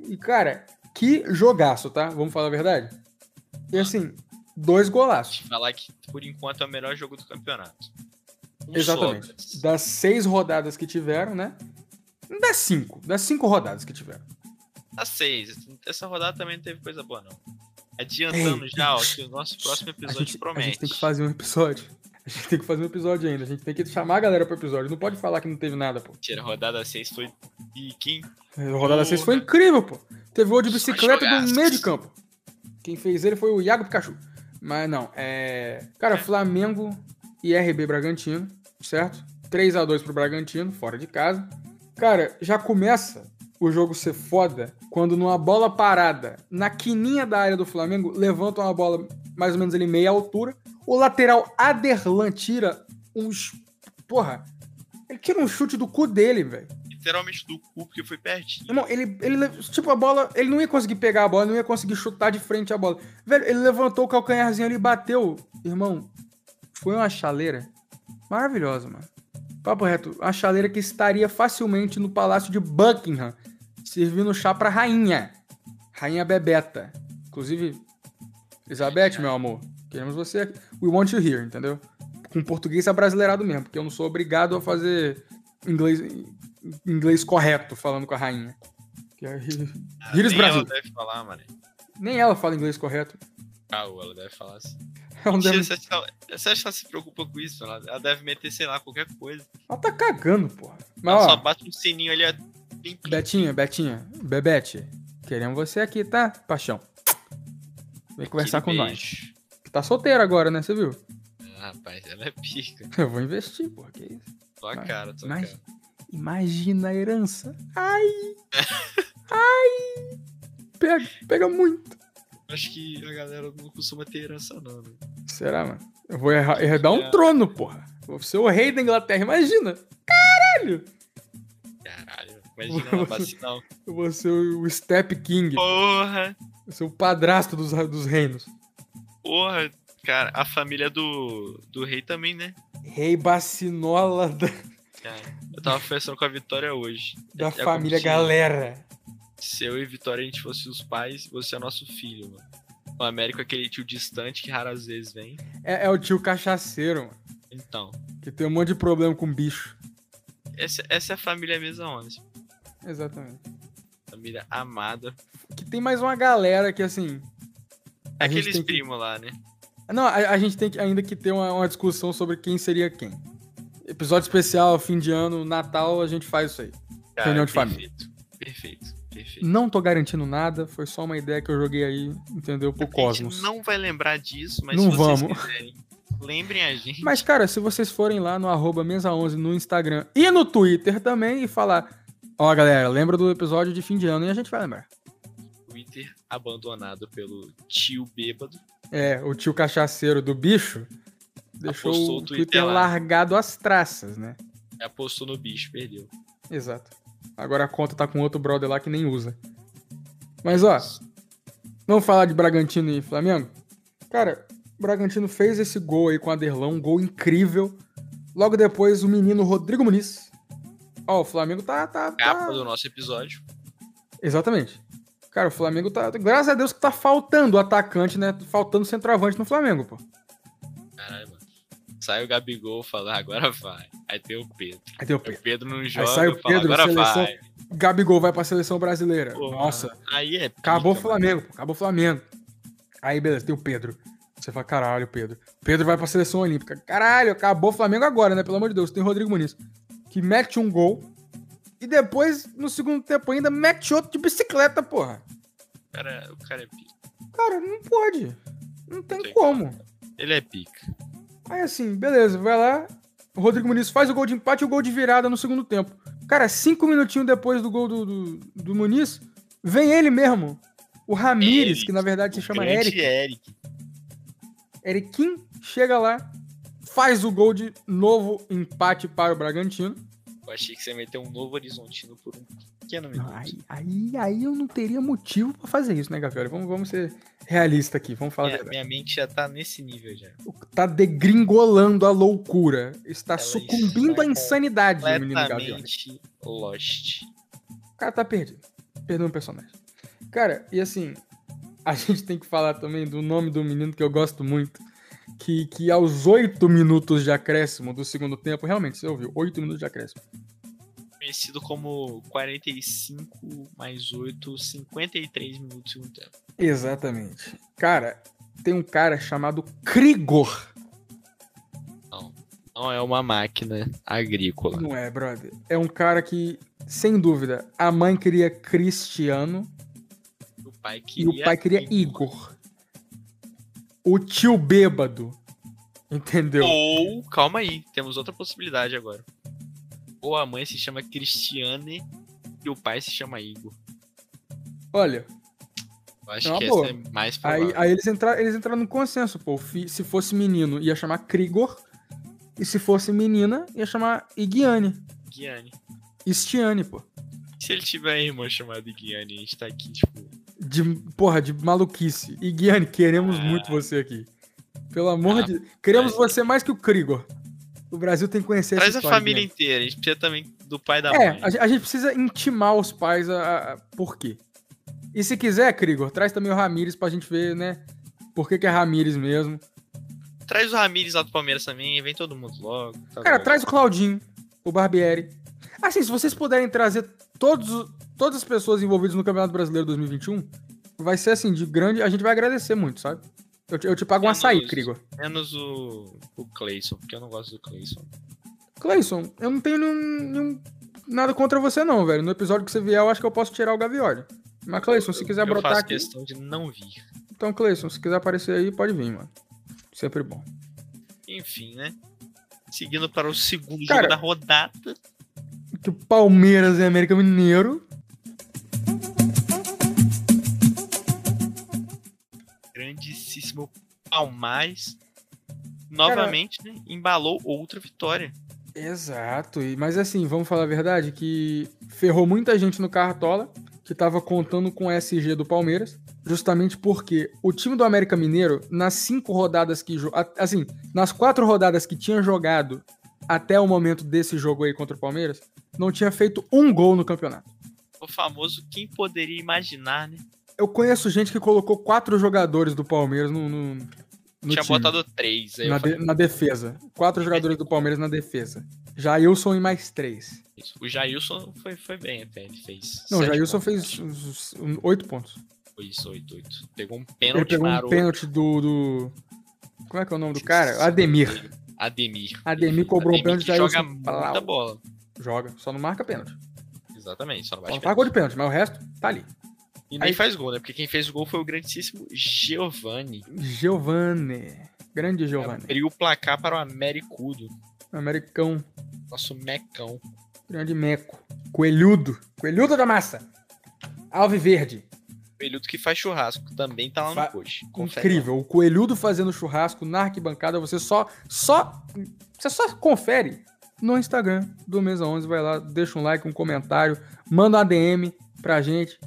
Speaker 1: E, cara, que jogaço, tá? Vamos falar a verdade? E assim, dois golaços.
Speaker 2: Te falar que por enquanto é o melhor jogo do campeonato. Um
Speaker 1: Exatamente.
Speaker 2: sobras.
Speaker 1: Das seis rodadas que tiveram, né? Das cinco. Das cinco rodadas que tiveram.
Speaker 2: Tá seis. Essa rodada também não teve coisa boa, não. Adiantando
Speaker 1: Ei.
Speaker 2: já, ó, que o nosso próximo episódio
Speaker 1: a gente,
Speaker 2: promete.
Speaker 1: A gente tem que fazer um episódio. A gente tem que fazer um episódio ainda. A gente tem que chamar a galera pro episódio. Não pode falar que não teve nada, pô.
Speaker 2: Tira, rodada 6 foi pique, hein?
Speaker 1: A rodada 6 foi incrível, pô. Teve gol de
Speaker 2: Só
Speaker 1: bicicleta
Speaker 2: jogaço.
Speaker 1: do meio de campo. Quem fez ele foi o Iago Pikachu. Mas não, é. Cara, Flamengo e RB Bragantino, certo? 3 a 2 pro Bragantino, fora de casa. Cara, já começa o jogo ser foda quando numa bola parada, na quininha da área do Flamengo, levanta uma bola mais ou menos ali meia altura. O lateral Aderlan tira uns. Porra, ele tira um chute do cu dele, velho.
Speaker 2: Literalmente do cu, porque foi pertinho.
Speaker 1: Irmão, ele, ele, tipo, a bola, ele não ia conseguir pegar a bola, não ia conseguir chutar de frente a bola. Velho, ele levantou o calcanharzinho ali e bateu. Irmão, foi uma chaleira maravilhosa, mano. Papo reto, a chaleira que estaria facilmente no palácio de Buckingham, servindo chá pra rainha. Rainha Bebeta. Inclusive, Elizabeth, meu amor, queremos você aqui. We want you here, entendeu? Com português abrasileirado mesmo, porque eu não sou obrigado a fazer inglês, inglês correto falando com a rainha. Que é-
Speaker 2: Ah,
Speaker 1: Vírus
Speaker 2: nem
Speaker 1: Brasil.
Speaker 2: Ela deve falar, mano.
Speaker 1: Nem ela fala inglês correto.
Speaker 2: Caô, ela deve falar assim.
Speaker 1: Ela, não
Speaker 2: Mentira,
Speaker 1: deve...
Speaker 2: você acha que ela- você acha que ela se preocupa com isso? Ela, ela deve meter, sei lá, qualquer coisa.
Speaker 1: ela tá cagando, porra. Mas,
Speaker 2: Ela
Speaker 1: ó,
Speaker 2: só bate um sininho ali, ó. plim, plim.
Speaker 1: Betinha, Betinha, Bebete, queremos você aqui, tá, paixão? Vem conversar com
Speaker 2: Aquele
Speaker 1: nós.
Speaker 2: beijo.
Speaker 1: Que tá solteira agora, né, você viu?
Speaker 2: Ah, rapaz, ela é pica.
Speaker 1: Eu vou investir, porra, que isso.
Speaker 2: Tua
Speaker 1: Mas-
Speaker 2: cara, tua
Speaker 1: mas-
Speaker 2: cara.
Speaker 1: Imagina a herança. Ai!
Speaker 2: É.
Speaker 1: Ai! Pega, pega muito.
Speaker 2: Acho que a galera não costuma ter herança, não, né?
Speaker 1: Será, mano? Eu vou errar- herdar um
Speaker 2: É.
Speaker 1: trono, porra. Vou ser o rei da Inglaterra, imagina. Caralho!
Speaker 2: Caralho, imagina ela bater, não.
Speaker 1: Eu vou ser o Step King.
Speaker 2: Porra!
Speaker 1: Eu sou o padrasto dos, dos reinos.
Speaker 2: Porra, cara, a família do, do rei também, né?
Speaker 1: Rei Bacinola
Speaker 2: É
Speaker 1: da,
Speaker 2: Cara, eu tava conversando com a Vitória hoje.
Speaker 1: da
Speaker 2: É como
Speaker 1: família
Speaker 2: se-
Speaker 1: Galera.
Speaker 2: Se eu e Vitória a gente fosse os pais, você é nosso filho, mano. O Américo é aquele tio distante que raras vezes vem.
Speaker 1: É, é o tio cachaceiro, mano,
Speaker 2: Então,
Speaker 1: que tem um monte de problema com bicho.
Speaker 2: essa, essa é a família mesa 11.
Speaker 1: Exatamente.
Speaker 2: Família amada.
Speaker 1: Que tem mais uma galera que, assim... a gente
Speaker 2: Aqueles
Speaker 1: tem que-
Speaker 2: primos lá, né?
Speaker 1: Não, a, a gente tem que, ainda que ter uma, uma discussão sobre quem seria quem. Episódio especial, fim de ano, Natal, a gente faz isso aí.
Speaker 2: Cara,
Speaker 1: Reunião de
Speaker 2: perfeito, Perfeito, perfeito.
Speaker 1: Não tô garantindo nada, foi só uma ideia que eu joguei aí, entendeu? Pro
Speaker 2: A
Speaker 1: Cosmos.
Speaker 2: gente não vai lembrar disso, mas
Speaker 1: Não
Speaker 2: se vocês
Speaker 1: vamos.
Speaker 2: quiserem, lembrem a gente.
Speaker 1: Mas, cara, se vocês forem lá no arroba mesa11 no Instagram e no Twitter também e falar, ó, galera, lembra do episódio de fim de ano e a gente vai lembrar.
Speaker 2: Twitter abandonado pelo tio bêbado.
Speaker 1: É, o tio cachaceiro do bicho Deixou
Speaker 2: Apostou
Speaker 1: o Twitter
Speaker 2: lá.
Speaker 1: largado às traças, né?
Speaker 2: Apostou no bicho, perdeu.
Speaker 1: Exato. Agora a conta tá com outro brother lá que nem usa. Mas ó, vamos falar de Bragantino e Flamengo? Cara, o Bragantino fez esse gol aí com o Aderlão, um gol incrível. Logo depois, o menino Rodrigo Muniz. Ó, o Flamengo tá. tá, tá-
Speaker 2: Capa do nosso episódio.
Speaker 1: Exatamente. Cara, o Flamengo tá. Graças a Deus que tá faltando atacante, né? Faltando centroavante no Flamengo, pô.
Speaker 2: Caralho, mano. Sai o Gabigol, fala, "Ah, agora vai. Aí tem o Pedro.
Speaker 1: Aí deu
Speaker 2: Aí O Pedro não joga,
Speaker 1: sai o
Speaker 2: eu falo,
Speaker 1: Pedro,
Speaker 2: agora
Speaker 1: seleção-
Speaker 2: vai.
Speaker 1: Gabigol vai pra seleção brasileira.
Speaker 2: Pô,
Speaker 1: Nossa.
Speaker 2: Aí é. pica,
Speaker 1: Acabou o
Speaker 2: mano.
Speaker 1: Flamengo, pô, acabou o Flamengo. Aí, beleza, tem o Pedro. Você fala, caralho, Pedro. Pedro vai pra seleção olímpica. Caralho, acabou o Flamengo agora, né? Pelo amor de Deus, tem o Rodrigo Muniz. Que mete um gol. E depois, no segundo tempo ainda, mete outro de bicicleta, porra.
Speaker 2: O cara, o cara é pica.
Speaker 1: Cara, não pode. Não tem
Speaker 2: Tem
Speaker 1: como.
Speaker 2: Ele é pica.
Speaker 1: Aí assim, beleza, vai lá. O Rodrigo Muniz faz o gol de empate e o gol de virada no segundo tempo. Cara, cinco minutinhos depois do gol do, do, do Muniz, vem ele mesmo. O Ramires,
Speaker 2: Eric,
Speaker 1: que na verdade se
Speaker 2: O
Speaker 1: Ah, chama
Speaker 2: grande
Speaker 1: Eric.
Speaker 2: Eric.
Speaker 1: Eriquim chega lá, faz o gol de novo empate para o Bragantino.
Speaker 2: Eu achei que você meteu um novo horizontino por um pequeno minuto.
Speaker 1: Aí, aí, aí eu não teria motivo pra fazer isso, né, Gavioli? Vamos, vamos ser realistas aqui, vamos falar a
Speaker 2: minha,
Speaker 1: verdade.
Speaker 2: É, minha mente já tá nesse nível já.
Speaker 1: Tá degringolando a loucura. Está
Speaker 2: Ela
Speaker 1: sucumbindo
Speaker 2: está
Speaker 1: à insanidade, o menino né? Gavioli.
Speaker 2: Completamente lost.
Speaker 1: O cara tá perdido. Perdeu um personagem. Cara, e assim, a gente tem que falar também do nome do menino que eu gosto muito. Que, que aos oito minutos de acréscimo do segundo tempo, realmente, você ouviu, oito minutos de acréscimo.
Speaker 2: Conhecido como 45 mais 8, 53 minutos do segundo tempo.
Speaker 1: Exatamente. Cara, tem um cara chamado Krigor.
Speaker 2: Não é uma máquina agrícola.
Speaker 1: Não é, brother? É um cara que, sem dúvida, a mãe queria Cristiano
Speaker 2: O pai
Speaker 1: e
Speaker 2: queria,
Speaker 1: o pai queria Igor. O tio bêbado. Entendeu?
Speaker 2: É. Ou, calma aí, temos outra possibilidade agora. Ou a mãe se chama Cristiane e o pai se chama Igor.
Speaker 1: Olha,
Speaker 2: Eu acho
Speaker 1: É uma
Speaker 2: que
Speaker 1: boa.
Speaker 2: essa é mais provável.
Speaker 1: Aí, aí eles, entra, eles entraram no consenso, pô. Fi- Se fosse menino, ia chamar Krigor. E se fosse menina, ia chamar Igiane.
Speaker 2: Guiane.
Speaker 1: Istiane, pô.
Speaker 2: E se ele tiver irmã chamada Guiane, a gente tá aqui, tipo,
Speaker 1: De, porra, de maluquice. Igiane, queremos
Speaker 2: Ah.
Speaker 1: muito você aqui. Pelo amor
Speaker 2: Ah,
Speaker 1: de Queremos
Speaker 2: mas-
Speaker 1: você mais que o Krigor. O Brasil tem que conhecer
Speaker 2: traz
Speaker 1: essa
Speaker 2: a
Speaker 1: história,
Speaker 2: família então,
Speaker 1: Igiane.
Speaker 2: inteira. A gente precisa também do pai e da
Speaker 1: É,
Speaker 2: mãe.
Speaker 1: a, ge- a gente precisa intimar os pais a, a- a- por quê. E se quiser, Krigor, traz também o Ramires pra gente ver, né? Por que, que é Ramires mesmo.
Speaker 2: Traz o Ramires lá do Palmeiras também, vem todo mundo logo. tá
Speaker 1: Cara,
Speaker 2: bom.
Speaker 1: traz o Claudinho, o Barbieri. Assim, se vocês puderem trazer todos, o- todas as pessoas envolvidas no Campeonato Brasileiro 2021, vai ser assim, de grande. A gente vai agradecer muito, sabe? Eu te, eu te pago um
Speaker 2: Menos-
Speaker 1: açaí, Krigor.
Speaker 2: Menos o, o Clayson, porque eu não gosto do Clayson.
Speaker 1: Cleison, eu não tenho nenhum, nenhum- nada contra você, não, velho. No episódio que você vier, eu acho que eu posso tirar o Gavioli. Mas, Cleison, se
Speaker 2: Eu-
Speaker 1: quiser
Speaker 2: eu
Speaker 1: brotar
Speaker 2: faço
Speaker 1: aqui.
Speaker 2: questão de não vir.
Speaker 1: Então, Cleison, se quiser aparecer aí, pode vir, mano. Sempre bom.
Speaker 2: Enfim, né? Seguindo para o segundo
Speaker 1: Cara-
Speaker 2: jogo da rodada.
Speaker 1: Que o Palmeiras e América Mineiro.
Speaker 2: Grandíssimo Palmares. Novamente, né, embalou outra vitória.
Speaker 1: Exato, e- mas assim, vamos falar a verdade, que ferrou muita gente no Cartola, que tava contando com o SG do Palmeiras, justamente porque o time do América Mineiro, nas cinco rodadas que... jo- a- Assim, nas quatro rodadas que tinha jogado até o momento desse jogo aí contra o Palmeiras, não tinha feito um gol no campeonato.
Speaker 2: O famoso quem poderia imaginar, né?
Speaker 1: Eu conheço gente que colocou quatro jogadores do Palmeiras no, no, no
Speaker 2: Tinha
Speaker 1: time.
Speaker 2: botado três. Aí
Speaker 1: Na,
Speaker 2: eu falei,
Speaker 1: de- na defesa. Quatro jogadores do Palmeiras na defesa. Jailson e mais três.
Speaker 2: "Isso". O Jailson foi, foi bem até, ele fez.
Speaker 1: Não, o
Speaker 2: sete
Speaker 1: Jailson
Speaker 2: pontos.
Speaker 1: fez uns- uns oito pontos.
Speaker 2: Isso, 8-8. Pegou um
Speaker 1: Ele
Speaker 2: pênalti
Speaker 1: pegou um
Speaker 2: maroto.
Speaker 1: pênalti do, do- Como é que é o nome do cara? Ademir.
Speaker 2: Ademir.
Speaker 1: Ademir cobrou um pênalti,
Speaker 2: que
Speaker 1: Jailson
Speaker 2: joga
Speaker 1: plau.
Speaker 2: muita bola.
Speaker 1: Joga. Só não marca pênalti.
Speaker 2: Exatamente, só não
Speaker 1: Só
Speaker 2: bate
Speaker 1: não faz gol de pênalti, mas o resto tá ali.
Speaker 2: pênalti. E nem
Speaker 1: Aí-
Speaker 2: faz gol, né? Porque quem fez o gol foi o grandíssimo Giovanni.
Speaker 1: Giovanni. Grande Giovanni.
Speaker 2: Abriu o placar para o Americudo.
Speaker 1: Americão.
Speaker 2: Nosso mecão.
Speaker 1: Grande Meco. Coelhudo. Coelhudo da massa. Alve Verde.
Speaker 2: Peludo que faz churrasco também tá lá
Speaker 1: Fa-
Speaker 2: no coach.
Speaker 1: Incrível. O coelhudo fazendo churrasco na arquibancada, você só só você só confere no Instagram do Mesa 11, vai lá, deixa um like, um comentário, manda um uma DM pra gente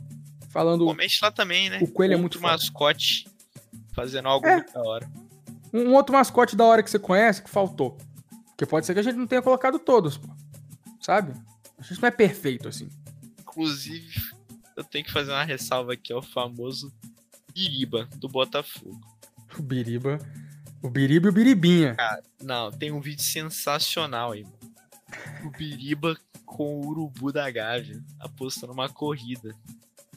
Speaker 1: falando um,
Speaker 2: Comente lá também, né?
Speaker 1: O coelho é
Speaker 2: Outro
Speaker 1: muito foda.
Speaker 2: mascote fazendo algo
Speaker 1: É.
Speaker 2: muito da hora.
Speaker 1: um, um outro mascote da hora que você conhece que faltou. Porque pode ser que a gente não tenha colocado todos, pô. Sabe? A gente não é perfeito assim.
Speaker 2: Inclusive, eu tenho que fazer uma ressalva aqui ao famoso Iriba do Botafogo.
Speaker 1: O Biriba, o Biriba e o Biribinha.
Speaker 2: É. Não, tem um vídeo sensacional aí, mano. O Biriba com o urubu da Gávea apostando uma corrida.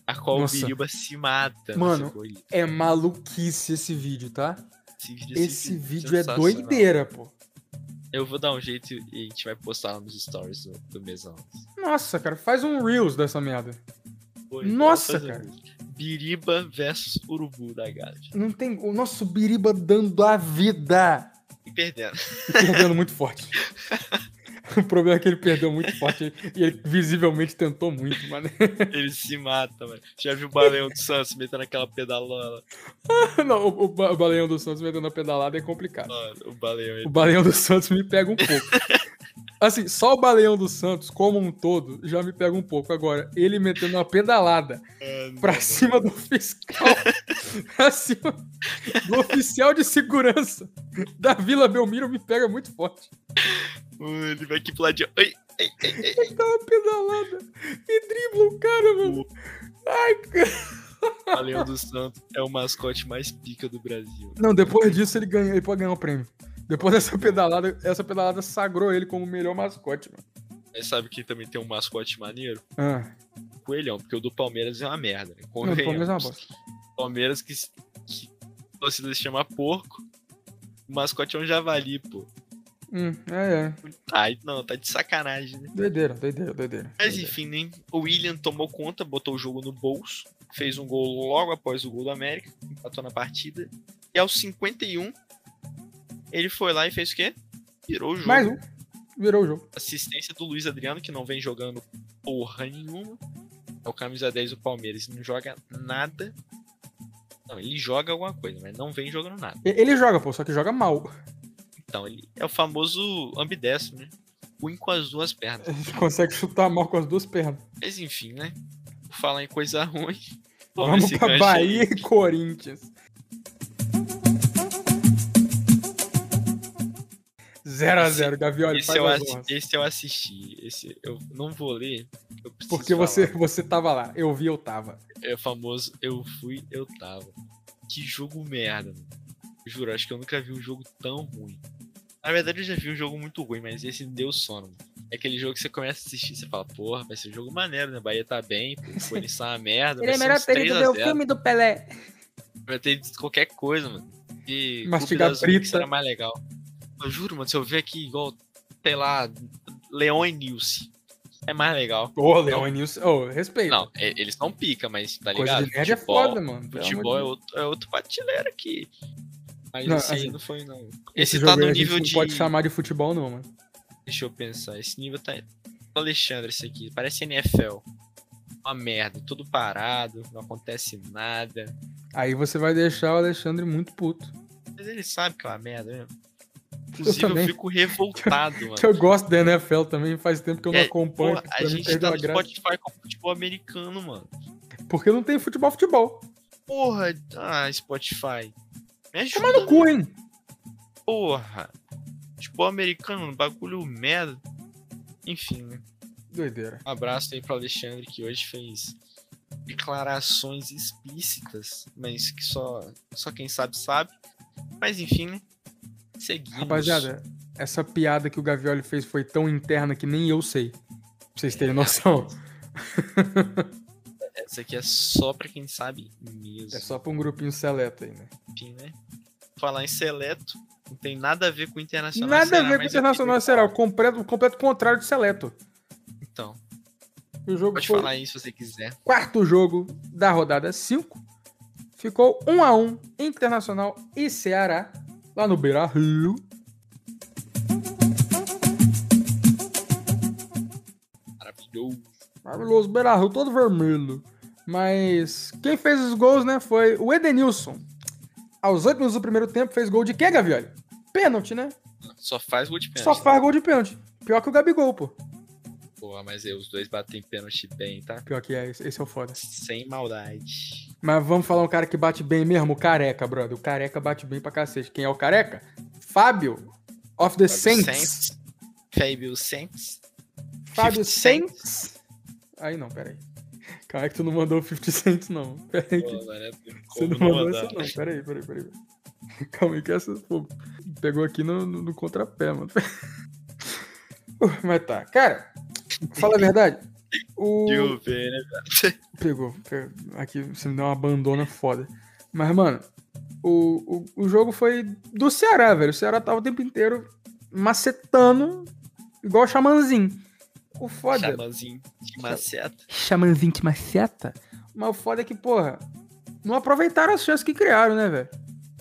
Speaker 2: A qual
Speaker 1: Nossa.
Speaker 2: o Biriba se mata
Speaker 1: Mano,
Speaker 2: nessa corrida.
Speaker 1: É maluquice esse vídeo, tá?
Speaker 2: Esse vídeo,
Speaker 1: Esse vídeo é
Speaker 2: sensacional.
Speaker 1: doideira, pô.
Speaker 2: Eu vou dar um jeito e a gente vai postar lá nos stories do, do Mesão.
Speaker 1: Nossa, cara, faz um Reels dessa merda.
Speaker 2: Foi,
Speaker 1: Nossa,
Speaker 2: vou é, fazer
Speaker 1: cara.
Speaker 2: isso. Biriba versus urubu da Gávea.
Speaker 1: Não tem. O nosso Biriba dando a vida.
Speaker 2: E perdendo.
Speaker 1: E perdendo muito forte. o problema é que ele perdeu muito forte. E ele visivelmente tentou muito, mano.
Speaker 2: Ele se mata, mano. Já viu o Baleão do Santos metendo aquela pedalada?
Speaker 1: Não, o, o ba- o Baleão dos Santos metendo a pedalada é complicado.
Speaker 2: Mano, o Baleão,
Speaker 1: O
Speaker 2: ele...
Speaker 1: Baleão dos Santos me pega um pouco. Assim, só o Baleão dos Santos, como um todo, já me pega um pouco. Agora, ele metendo uma pedalada pra cima do fiscal, pra cima do oficial de segurança da Vila Belmiro, me pega muito forte.
Speaker 2: Mano, ele vai aqui pro lado de... Ai, ai, ai, ai.
Speaker 1: Ele dá uma pedalada e dribla o cara, mano. Ai, cara.
Speaker 2: O Baleão do Santos é o mascote mais pica do Brasil.
Speaker 1: Não, depois disso ele, ganha, ele pode ganhar o prêmio. Depois dessa pedalada, essa pedalada sagrou ele como o melhor mascote, mano.
Speaker 2: Mas sabe quem também tem um mascote maneiro?
Speaker 1: Ah.
Speaker 2: O Coelhão, porque o do Palmeiras é uma merda. Né?
Speaker 1: Não, do
Speaker 2: Convenhamos.
Speaker 1: Palmeiras é uma bosta.
Speaker 2: Palmeiras que, que a torcida se chama porco. O mascote é um javali, pô.
Speaker 1: Hum, é, é.
Speaker 2: Ai, não, tá de sacanagem, né?
Speaker 1: Doideira, doideira, doideira.
Speaker 2: Mas
Speaker 1: doideira.
Speaker 2: enfim, né? O William tomou conta, botou o jogo no bolso, fez um gol logo após o gol do América, empatou na partida. E aos 51, ele foi lá e fez o quê? Virou o jogo.
Speaker 1: Mais um. Virou o jogo.
Speaker 2: Assistência do Luiz Adriano, que não vem jogando porra nenhuma. É o camisa 10 do Palmeiras, não joga nada. Não, ele joga alguma coisa, mas não vem jogando nada.
Speaker 1: E- Ele joga, pô, só que joga mal.
Speaker 2: Então, ele é o famoso ambidestro, né? Ruim com as duas pernas.
Speaker 1: Ele consegue chutar mal com as duas pernas.
Speaker 2: Mas enfim, né? Por falar em coisa ruim. toma
Speaker 1: Vamos
Speaker 2: esse é
Speaker 1: pra
Speaker 2: gancho aí.
Speaker 1: Bahia e Corinthians. 0x0, Gavioli,
Speaker 2: Esse
Speaker 1: faz
Speaker 2: eu,
Speaker 1: as
Speaker 2: assi-
Speaker 1: honras.
Speaker 2: esse eu assisti. Esse eu não vou ler. eu preciso
Speaker 1: Porque você,
Speaker 2: falar.
Speaker 1: você tava lá. Eu vi, eu tava.
Speaker 2: É famoso. Eu fui, eu tava. Que jogo merda, mano. Juro, acho que eu nunca vi um jogo tão ruim. Na verdade, eu já vi um jogo muito ruim, mas esse deu sono. mano. É aquele jogo que você começa a assistir, você fala, porra, vai ser um jogo maneiro, né? Bahia tá bem, pô, o Corinthians tá uma merda. vai
Speaker 8: é
Speaker 2: ser uns 3 a 0.
Speaker 8: do Pelé.
Speaker 2: Vai ter de qualquer coisa, mano. E
Speaker 1: Mastigar
Speaker 2: que
Speaker 1: frita.
Speaker 2: será mais legal. Eu juro, mano, se eu ver aqui igual, sei lá, Leon e Nilce, é mais legal.
Speaker 1: Ô, Leão e Então, é Nilson. Ô, respeito.
Speaker 2: Não, e- eles não pica, mas tá
Speaker 1: Coisa
Speaker 2: ligado?
Speaker 1: de nerd é
Speaker 2: Futebol-
Speaker 1: foda, mano. pelo amor de
Speaker 2: Futebol é
Speaker 1: Deus.
Speaker 2: outro, é outro prateleiro aqui. Mas
Speaker 1: Não,
Speaker 2: esse aí
Speaker 1: assim,
Speaker 2: não foi, não.
Speaker 1: Esse
Speaker 2: Esse, tá
Speaker 1: jogo aí
Speaker 2: no
Speaker 1: a gente
Speaker 2: nível
Speaker 1: não
Speaker 2: de.
Speaker 1: pode chamar de futebol, não, mano.
Speaker 2: Deixa eu pensar. Esse nível tá. Alexandre, esse aqui. Parece NFL. Uma merda. Tudo parado, não acontece nada.
Speaker 1: Aí você vai deixar o Alexandre muito puto.
Speaker 2: Mas ele sabe que é uma merda mesmo. Inclusive, eu,
Speaker 1: também.
Speaker 2: fico revoltado, mano.
Speaker 1: Que eu gosto da NFL também, faz tempo que eu não
Speaker 2: É,
Speaker 1: acompanho.
Speaker 2: Porra,
Speaker 1: porque
Speaker 2: a
Speaker 1: pra mim
Speaker 2: gente
Speaker 1: perdeu
Speaker 2: tá
Speaker 1: a
Speaker 2: no
Speaker 1: graça.
Speaker 2: Spotify com futebol americano, mano.
Speaker 1: Porque não tem futebol, futebol.
Speaker 2: Porra, ah, Spotify. Me
Speaker 1: Toma no
Speaker 2: ajuda,
Speaker 1: cu, hein?
Speaker 2: porra. Futebol americano, um bagulho merda. Enfim, né?
Speaker 1: Doideira.
Speaker 2: Um abraço aí pro Alexandre que hoje fez declarações explícitas, mas que só, só quem sabe sabe. Mas enfim, né? Seguimos.
Speaker 1: Rapaziada, essa piada que o Gavioli fez foi tão interna que nem eu sei. Pra vocês terem noção.
Speaker 2: Essa aqui é só pra quem sabe mesmo.
Speaker 1: É só pra um grupinho seleto aí, né?
Speaker 2: Enfim, né? Falar em seleto, não tem nada a ver com o Internacional.
Speaker 1: Nada a
Speaker 2: Ceará,
Speaker 1: ver com o
Speaker 2: mas
Speaker 1: Internacional
Speaker 2: eu quis
Speaker 1: Será. O completo, o completo contrário de seleto.
Speaker 2: falar. Então,
Speaker 1: O jogo
Speaker 2: pode
Speaker 1: foi
Speaker 2: falar aí se você quiser.
Speaker 1: quarto jogo da rodada 5. Ficou 1 a 1 Internacional e Ceará, lá no Beira Rio.
Speaker 2: Maravilhoso.
Speaker 1: Maravilhoso, Beira Rio todo vermelho. Mas quem fez os gols, né, foi o Edenilson. Aos 8 minutos do primeiro tempo fez gol de quê, Gavioli? Pênalti, né?
Speaker 2: Só faz gol de pênalti.
Speaker 1: Só faz gol de pênalti. Pior que o Gabigol, pô.
Speaker 2: Porra, mas aí os dois batem pênalti bem, tá?
Speaker 1: Pior que é, esse esse é o foda.
Speaker 2: Sem maldade.
Speaker 1: Mas vamos falar um cara que bate bem mesmo, o Careca, brother. O Careca bate bem pra cacete. Quem é o Careca? Fábio, of the Saints.
Speaker 2: Saints. Fábio Saints.
Speaker 1: Fábio
Speaker 2: 50 Cent.
Speaker 1: Saints. Aí não, peraí. Calma aí que tu não mandou o 50 Cent, não. Peraí que
Speaker 2: Pô, mano, é-
Speaker 1: você não
Speaker 2: como
Speaker 1: mandou
Speaker 2: mandar?
Speaker 1: essa, não. Peraí, peraí, peraí. Calma aí que essa pô, pegou aqui no, no, no contrapé, mano. Uh, Mas tá. Cara, fala a verdade. O...
Speaker 2: Viu, velho, né?
Speaker 1: Pegou, pegou. Aqui você me deu uma abandona foda. Mas, mano, o, o, o jogo foi do Ceará, velho. O Ceará tava o tempo inteiro macetando, igual o Xamanzinho. O foda.
Speaker 2: Chamanzinho de maceta.
Speaker 1: Xamanzinho te maceta? Mas o foda é que, porra, não aproveitaram as chances que criaram, né, velho?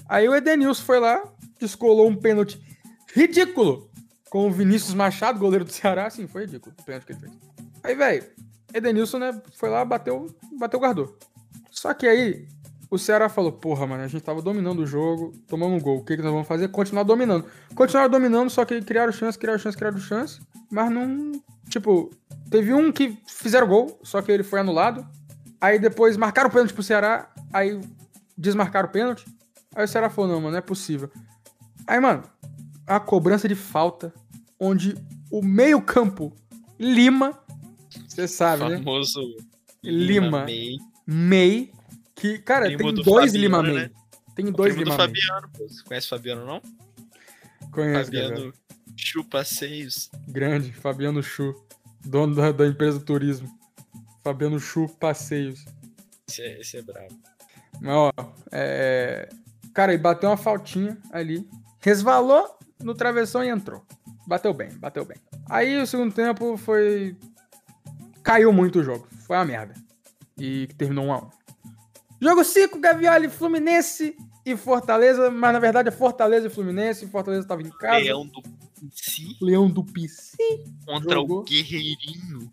Speaker 1: Aí o Edenilson foi lá, descolou um pênalti ridículo com o Vinícius Machado, goleiro do Ceará. Assim, foi ridículo o pênalti que ele fez. Aí, velho, Edenilson, né, foi lá, bateu, bateu, guardou. Só que aí o Ceará falou, porra, mano, a gente tava dominando o jogo, tomamos um gol. O que, que nós vamos fazer? Continuar dominando. Continuaram dominando, só que criaram chance, criaram chance, criaram chance. Mas não, tipo, Teve um que fizeram gol, só que ele foi anulado. Aí depois marcaram o pênalti pro Ceará, aí desmarcaram o pênalti. Aí o Ceará falou, não, mano, não é possível. Aí, mano, a cobrança de falta, onde o meio campo, Lima, você sabe, né?
Speaker 2: Famoso
Speaker 1: Lima.
Speaker 2: May.
Speaker 1: Mei, que, cara,
Speaker 2: Primo
Speaker 1: tem
Speaker 2: do
Speaker 1: dois
Speaker 2: Fabiano,
Speaker 1: Lima Mei.
Speaker 2: né?
Speaker 1: Tem
Speaker 2: O
Speaker 1: dois
Speaker 2: primo
Speaker 1: Lima
Speaker 2: do
Speaker 1: Mei.
Speaker 2: Fabiano, pô. Você conhece o Fabiano, não?
Speaker 1: Conhece, Gabriel.
Speaker 2: Fabiano chupa seios.
Speaker 1: Grande, Fabiano Chu, dono da, da empresa Turismo. Fabiano Chu Passeios.
Speaker 2: Esse é, esse é brabo.
Speaker 1: Mas, ó, é... Cara, ele bateu uma faltinha ali. Resvalou no travessão e entrou. Bateu bem, bateu bem. Aí o segundo tempo foi. Caiu muito o jogo. Foi uma merda. E terminou 1 a 1 Jogo 5, Gavioli, Fluminense e Fortaleza. Mas na verdade é Fortaleza e Fluminense. Fortaleza tava em casa. Leão,
Speaker 2: Leão do
Speaker 1: do
Speaker 2: Si
Speaker 1: Pici
Speaker 2: contra
Speaker 1: Jogou.
Speaker 2: o Guerreirinho.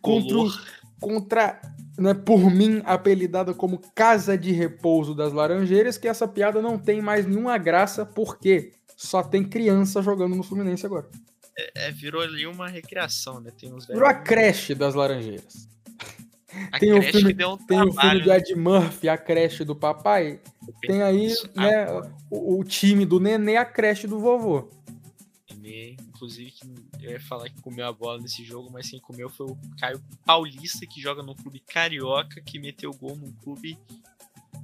Speaker 1: Contra o-
Speaker 2: Color.
Speaker 1: contra, né, por mim, apelidada como Casa de Repouso das Laranjeiras, que essa piada não tem mais nenhuma graça, porque só tem criança jogando no Fluminense agora.
Speaker 2: É, virou ali uma recriação, né? Tem uns
Speaker 1: Virou a
Speaker 2: velhinhos.
Speaker 1: creche das Laranjeiras.
Speaker 2: A
Speaker 1: tem o
Speaker 2: creche
Speaker 1: filme-
Speaker 2: que deu um
Speaker 1: Tem o filme
Speaker 2: trabalho,
Speaker 1: de Ed Murphy, a creche do papai. Tem aí,
Speaker 2: Isso
Speaker 1: né, o, o time do nenê, a creche do vovô.
Speaker 2: Nenê, Inclusive, que eu ia falar que comeu a bola nesse jogo, mas quem comeu foi o Caio Paulista, que joga num clube carioca, que meteu gol num clube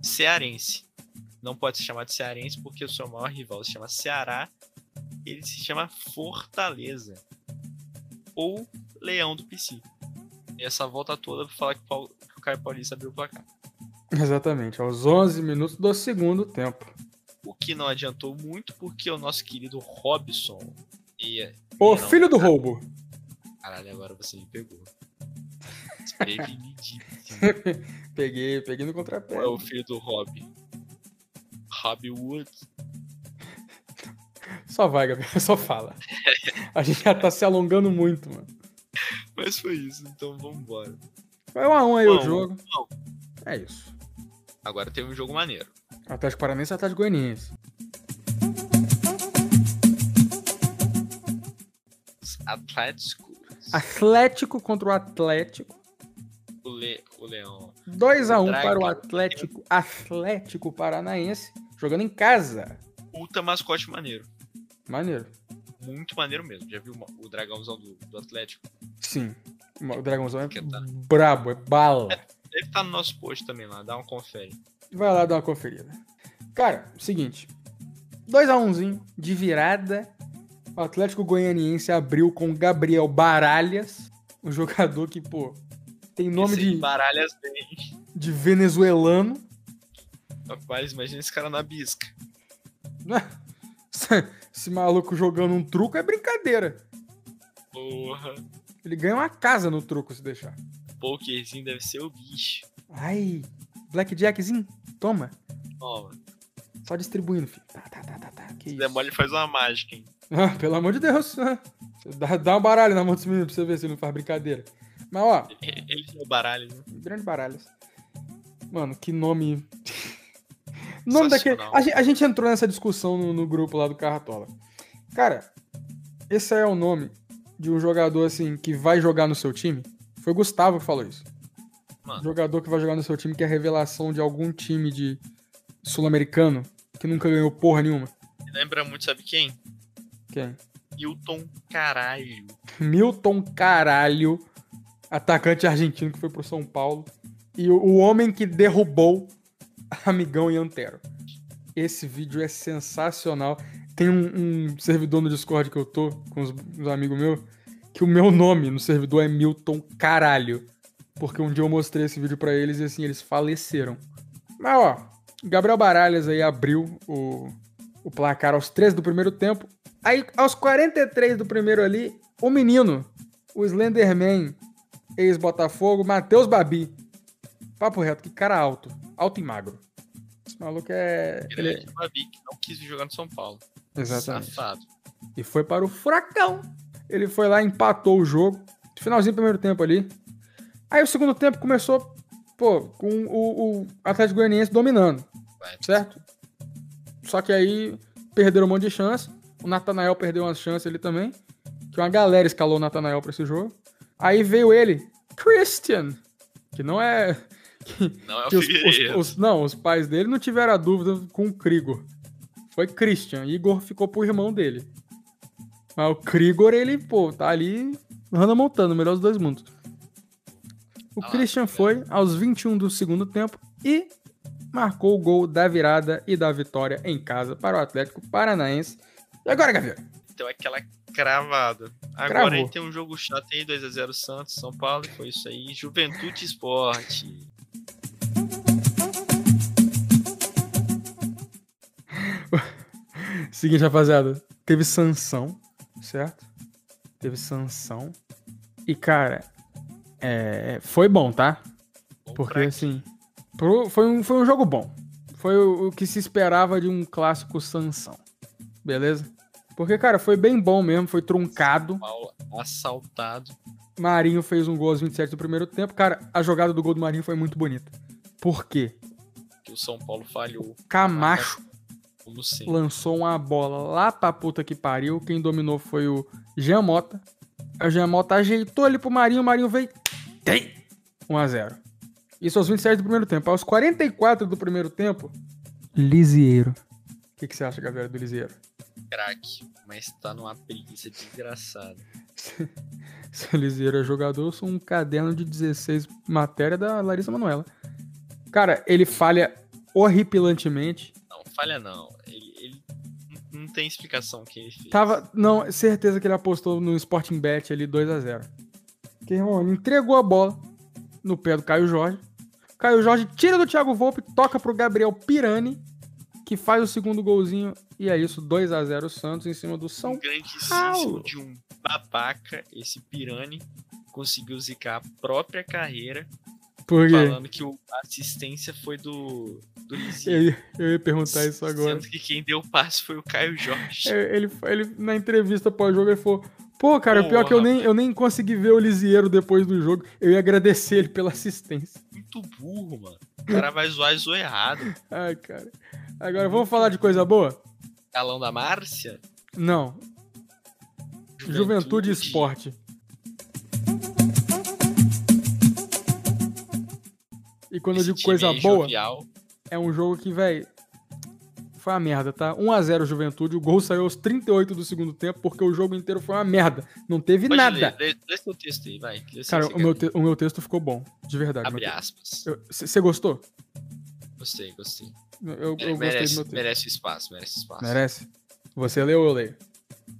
Speaker 2: cearense. Não pode se chamar de cearense porque o seu maior rival se chama Ceará, ele se chama Fortaleza. Ou Leão do PC. E essa volta toda pra falar que o, Paul- que o Caio Paulista abriu o placar.
Speaker 1: Exatamente, aos 11 minutos do segundo tempo.
Speaker 2: O que não adiantou muito porque o nosso querido Robson ia
Speaker 1: O
Speaker 2: Não,
Speaker 1: filho do
Speaker 2: cara.
Speaker 1: roubo.
Speaker 2: Caralho, agora você me pegou. Desprevenidíssimo.
Speaker 1: Peguei, peguei no contrapé.
Speaker 2: é o filho do Rob. Rob Wood.
Speaker 1: Só vai, Gabriel, só fala. A gente já tá se alongando muito, mano.
Speaker 2: Mas foi isso, então vambora.
Speaker 1: Vai 1 a 1 É aí
Speaker 2: Um a
Speaker 1: o
Speaker 2: um,
Speaker 1: jogo.
Speaker 2: um a um.
Speaker 1: É isso.
Speaker 2: Agora tem um jogo maneiro.
Speaker 1: Atlético Paranaense e Atlético Goianiense.
Speaker 2: Os Atlético.
Speaker 1: Ah. Atlético contra o Atlético.
Speaker 2: O, Le... o Leão.
Speaker 1: 2 a 1
Speaker 2: Draga.
Speaker 1: para o Atlético Atlético Paranaense, jogando em casa.
Speaker 2: Puta mascote maneiro.
Speaker 1: Maneiro.
Speaker 2: Muito maneiro mesmo. Já viu o dragãozão do, do Atlético?
Speaker 1: Sim. O Dragãozão é
Speaker 2: Que tá.
Speaker 1: brabo, é bala.
Speaker 2: Deve estar no nosso post também lá, dá uma confere.
Speaker 1: Vai lá dar uma conferida. Cara, seguinte. 2 a 1 de virada. O Atlético Goianiense abriu com Gabriel Baralhas, um jogador que, pô, tem nome
Speaker 2: Esse
Speaker 1: de,
Speaker 2: Baralhas bem.
Speaker 1: de venezuelano.
Speaker 2: Rapaz, imagina esse cara na bisca.
Speaker 1: Né? Esse- Esse maluco jogando um truco é brincadeira.
Speaker 2: Porra.
Speaker 1: Ele ganha uma casa no truco se deixar.
Speaker 2: Pokerzinho deve ser o bicho.
Speaker 1: Ai, Blackjackzinho, toma.
Speaker 2: Toma.
Speaker 1: Só distribuindo, filho. Tá, tá, tá, tá, tá. Que
Speaker 2: Se
Speaker 1: isso.
Speaker 2: der é mole, faz uma mágica, hein?
Speaker 1: Ah, pelo amor de Deus. né? Dá, dá um baralho na mão desse menino pra você ver se ele não faz brincadeira. Mas, ó,
Speaker 2: Ele ele é o baralho, né?
Speaker 1: grande baralhos. Mano, que nome. nome daquele.
Speaker 2: Sensacional.
Speaker 1: A, gen- a gente entrou nessa discussão no, no grupo lá do Carratola. Cara, esse aí é o nome de um jogador assim que vai jogar no seu time. Foi o Gustavo que falou isso.
Speaker 2: Mano.
Speaker 1: Jogador que vai jogar no seu time que é revelação de algum time de sul-americano que nunca ganhou porra nenhuma.
Speaker 2: Me Lembra muito, sabe quem?
Speaker 1: Quem?
Speaker 2: Hilton Caralho.
Speaker 1: Milton Caralho, atacante argentino que foi pro São Paulo, e o- o homem que derrubou Amigão e Antero. Esse vídeo é sensacional. Tem um, um servidor no Discord que eu tô com os, os amigos meus, que o meu nome no servidor é Milton Caralho. Porque um dia eu mostrei esse vídeo pra eles e assim, eles faleceram. Mas ó, Gabriel Baralhas aí abriu o, o placar aos 13 do primeiro tempo. Aí, aos 43 do primeiro ali, o menino, o Slenderman, ex-Botafogo, Matheus Babi. Papo reto, que cara alto. Alto e magro. Esse maluco é.
Speaker 2: Ele,
Speaker 1: Ele...
Speaker 2: é o Babi, que não quis jogar no São Paulo.
Speaker 1: Exatamente.
Speaker 2: Safado.
Speaker 1: E foi para o furacão. Ele foi lá, empatou o jogo. Finalzinho do primeiro tempo ali. Aí o segundo tempo começou, pô, com o, o Atlético Goianiense dominando.
Speaker 2: Vai.
Speaker 1: certo? Só que aí perderam um monte de chance. O Natanael perdeu uma chance ali também. Que uma galera escalou o Natanael pra esse jogo. Aí veio ele, Christian, que não é.
Speaker 2: Não é o
Speaker 1: que os- os-
Speaker 2: Figueiredo.
Speaker 1: os- não, os pais dele não tiveram a dúvida com o Krigor. Foi Christian. Igor ficou pro irmão dele. Mas o Krigor, ele, pô, tá ali Hannah Montana, o melhor dos dois mundos. O
Speaker 2: Ah lá,
Speaker 1: Christian
Speaker 2: tá
Speaker 1: foi aos 21 do segundo tempo e marcou o gol da virada e da vitória em casa para o Atlético Paranaense. E agora, Gavião?
Speaker 2: Então é aquela cravada. Agora
Speaker 1: Cravou.
Speaker 2: aí tem um jogo chato aí, 2x0 Santos, São Paulo, e foi isso aí. Juventude Esporte.
Speaker 1: Seguinte, rapaziada. Teve sanção, certo? Teve sanção. E, cara, é, foi bom, tá?
Speaker 2: Bom
Speaker 1: Porque,
Speaker 2: pra-
Speaker 1: assim, pro- foi, um, foi um jogo bom. Foi o, o que se esperava de um clássico sanção. Beleza? Porque, cara, foi bem bom mesmo. Foi truncado.
Speaker 2: Paulo assaltado.
Speaker 1: Marinho fez um gol aos 27 do primeiro tempo. Cara, a jogada do gol do Marinho foi muito bonita. Por quê?
Speaker 2: Que o São Paulo falhou,
Speaker 1: Camacho
Speaker 2: como sempre.
Speaker 1: lançou uma bola lá pra puta que pariu. Quem dominou foi o Jean Mota. Aí O Jean Mota ajeitou ali pro Marinho, o Marinho veio. Tem! 1x0. Isso aos 27 do primeiro tempo. Aos 44 do primeiro tempo, Lisieiro. O que, que você acha, Gabriel, do Lisieiro?
Speaker 2: Craque. Mas tá numa preguiça desgraçada.
Speaker 1: Se o Lisieiro é jogador, eu sou um caderno de 16 matéria da Larissa Manoela. Cara, ele falha horripilantemente.
Speaker 2: Não, falha não. Ele, ele não- não tem explicação o que ele fez.
Speaker 1: Tava, não, certeza que ele apostou no Sporting Bet ali 2 a 0. Que irmão, ele entregou a bola no pé do Caio Jorge. Caio Jorge tira do Thiago Volpe, toca pro Gabriel Pirani, que faz o segundo golzinho e é isso, 2 a 0 Santos em cima do
Speaker 2: Um
Speaker 1: São. Paulo.
Speaker 2: grandíssimo de um babaca, esse Pirani, conseguiu zicar a própria carreira,
Speaker 1: Porque
Speaker 2: falando que o- a assistência foi do, do Lisieiro.
Speaker 1: eu, ia- eu ia perguntar isso agora.
Speaker 2: Sendo que quem deu o passe foi o Caio Jorge.
Speaker 1: É, Ele, ele na entrevista pós-jogo ele falou: "Pô, cara, o pior é que eu
Speaker 2: Porra.
Speaker 1: nem eu nem consegui ver o Lisieiro depois do jogo. Eu ia agradecer ele pela assistência."
Speaker 2: Muito burro, mano. O cara vai zoar e zoou errado.
Speaker 1: Ai, cara. Agora vamos falar de coisa boa?
Speaker 2: Calão da Márcia?
Speaker 1: Não, Juventude e Esporte. E quando eu
Speaker 2: Esse
Speaker 1: digo
Speaker 2: time
Speaker 1: coisa
Speaker 2: aí,
Speaker 1: boa,
Speaker 2: jovial.
Speaker 1: é um jogo que, velho, foi uma merda, tá? 1x0 Juventude, o gol saiu aos 38 do segundo tempo, porque o jogo inteiro foi uma merda. Não teve
Speaker 2: Pode
Speaker 1: nada.
Speaker 2: Ler, lê, lê seu texto aí, vai. Lê seu
Speaker 1: Cara, o
Speaker 2: segredo.
Speaker 1: meu, te- o meu texto é ficou bom, de verdade.
Speaker 2: Abre aspas.
Speaker 1: Você gostou?
Speaker 2: Gostei, gostei.
Speaker 1: Eu, eu gostei
Speaker 2: Mere-
Speaker 1: do
Speaker 2: merece,
Speaker 1: meu texto.
Speaker 2: merece o espaço, merece o espaço.
Speaker 1: Merece? Você leu ou eu leio?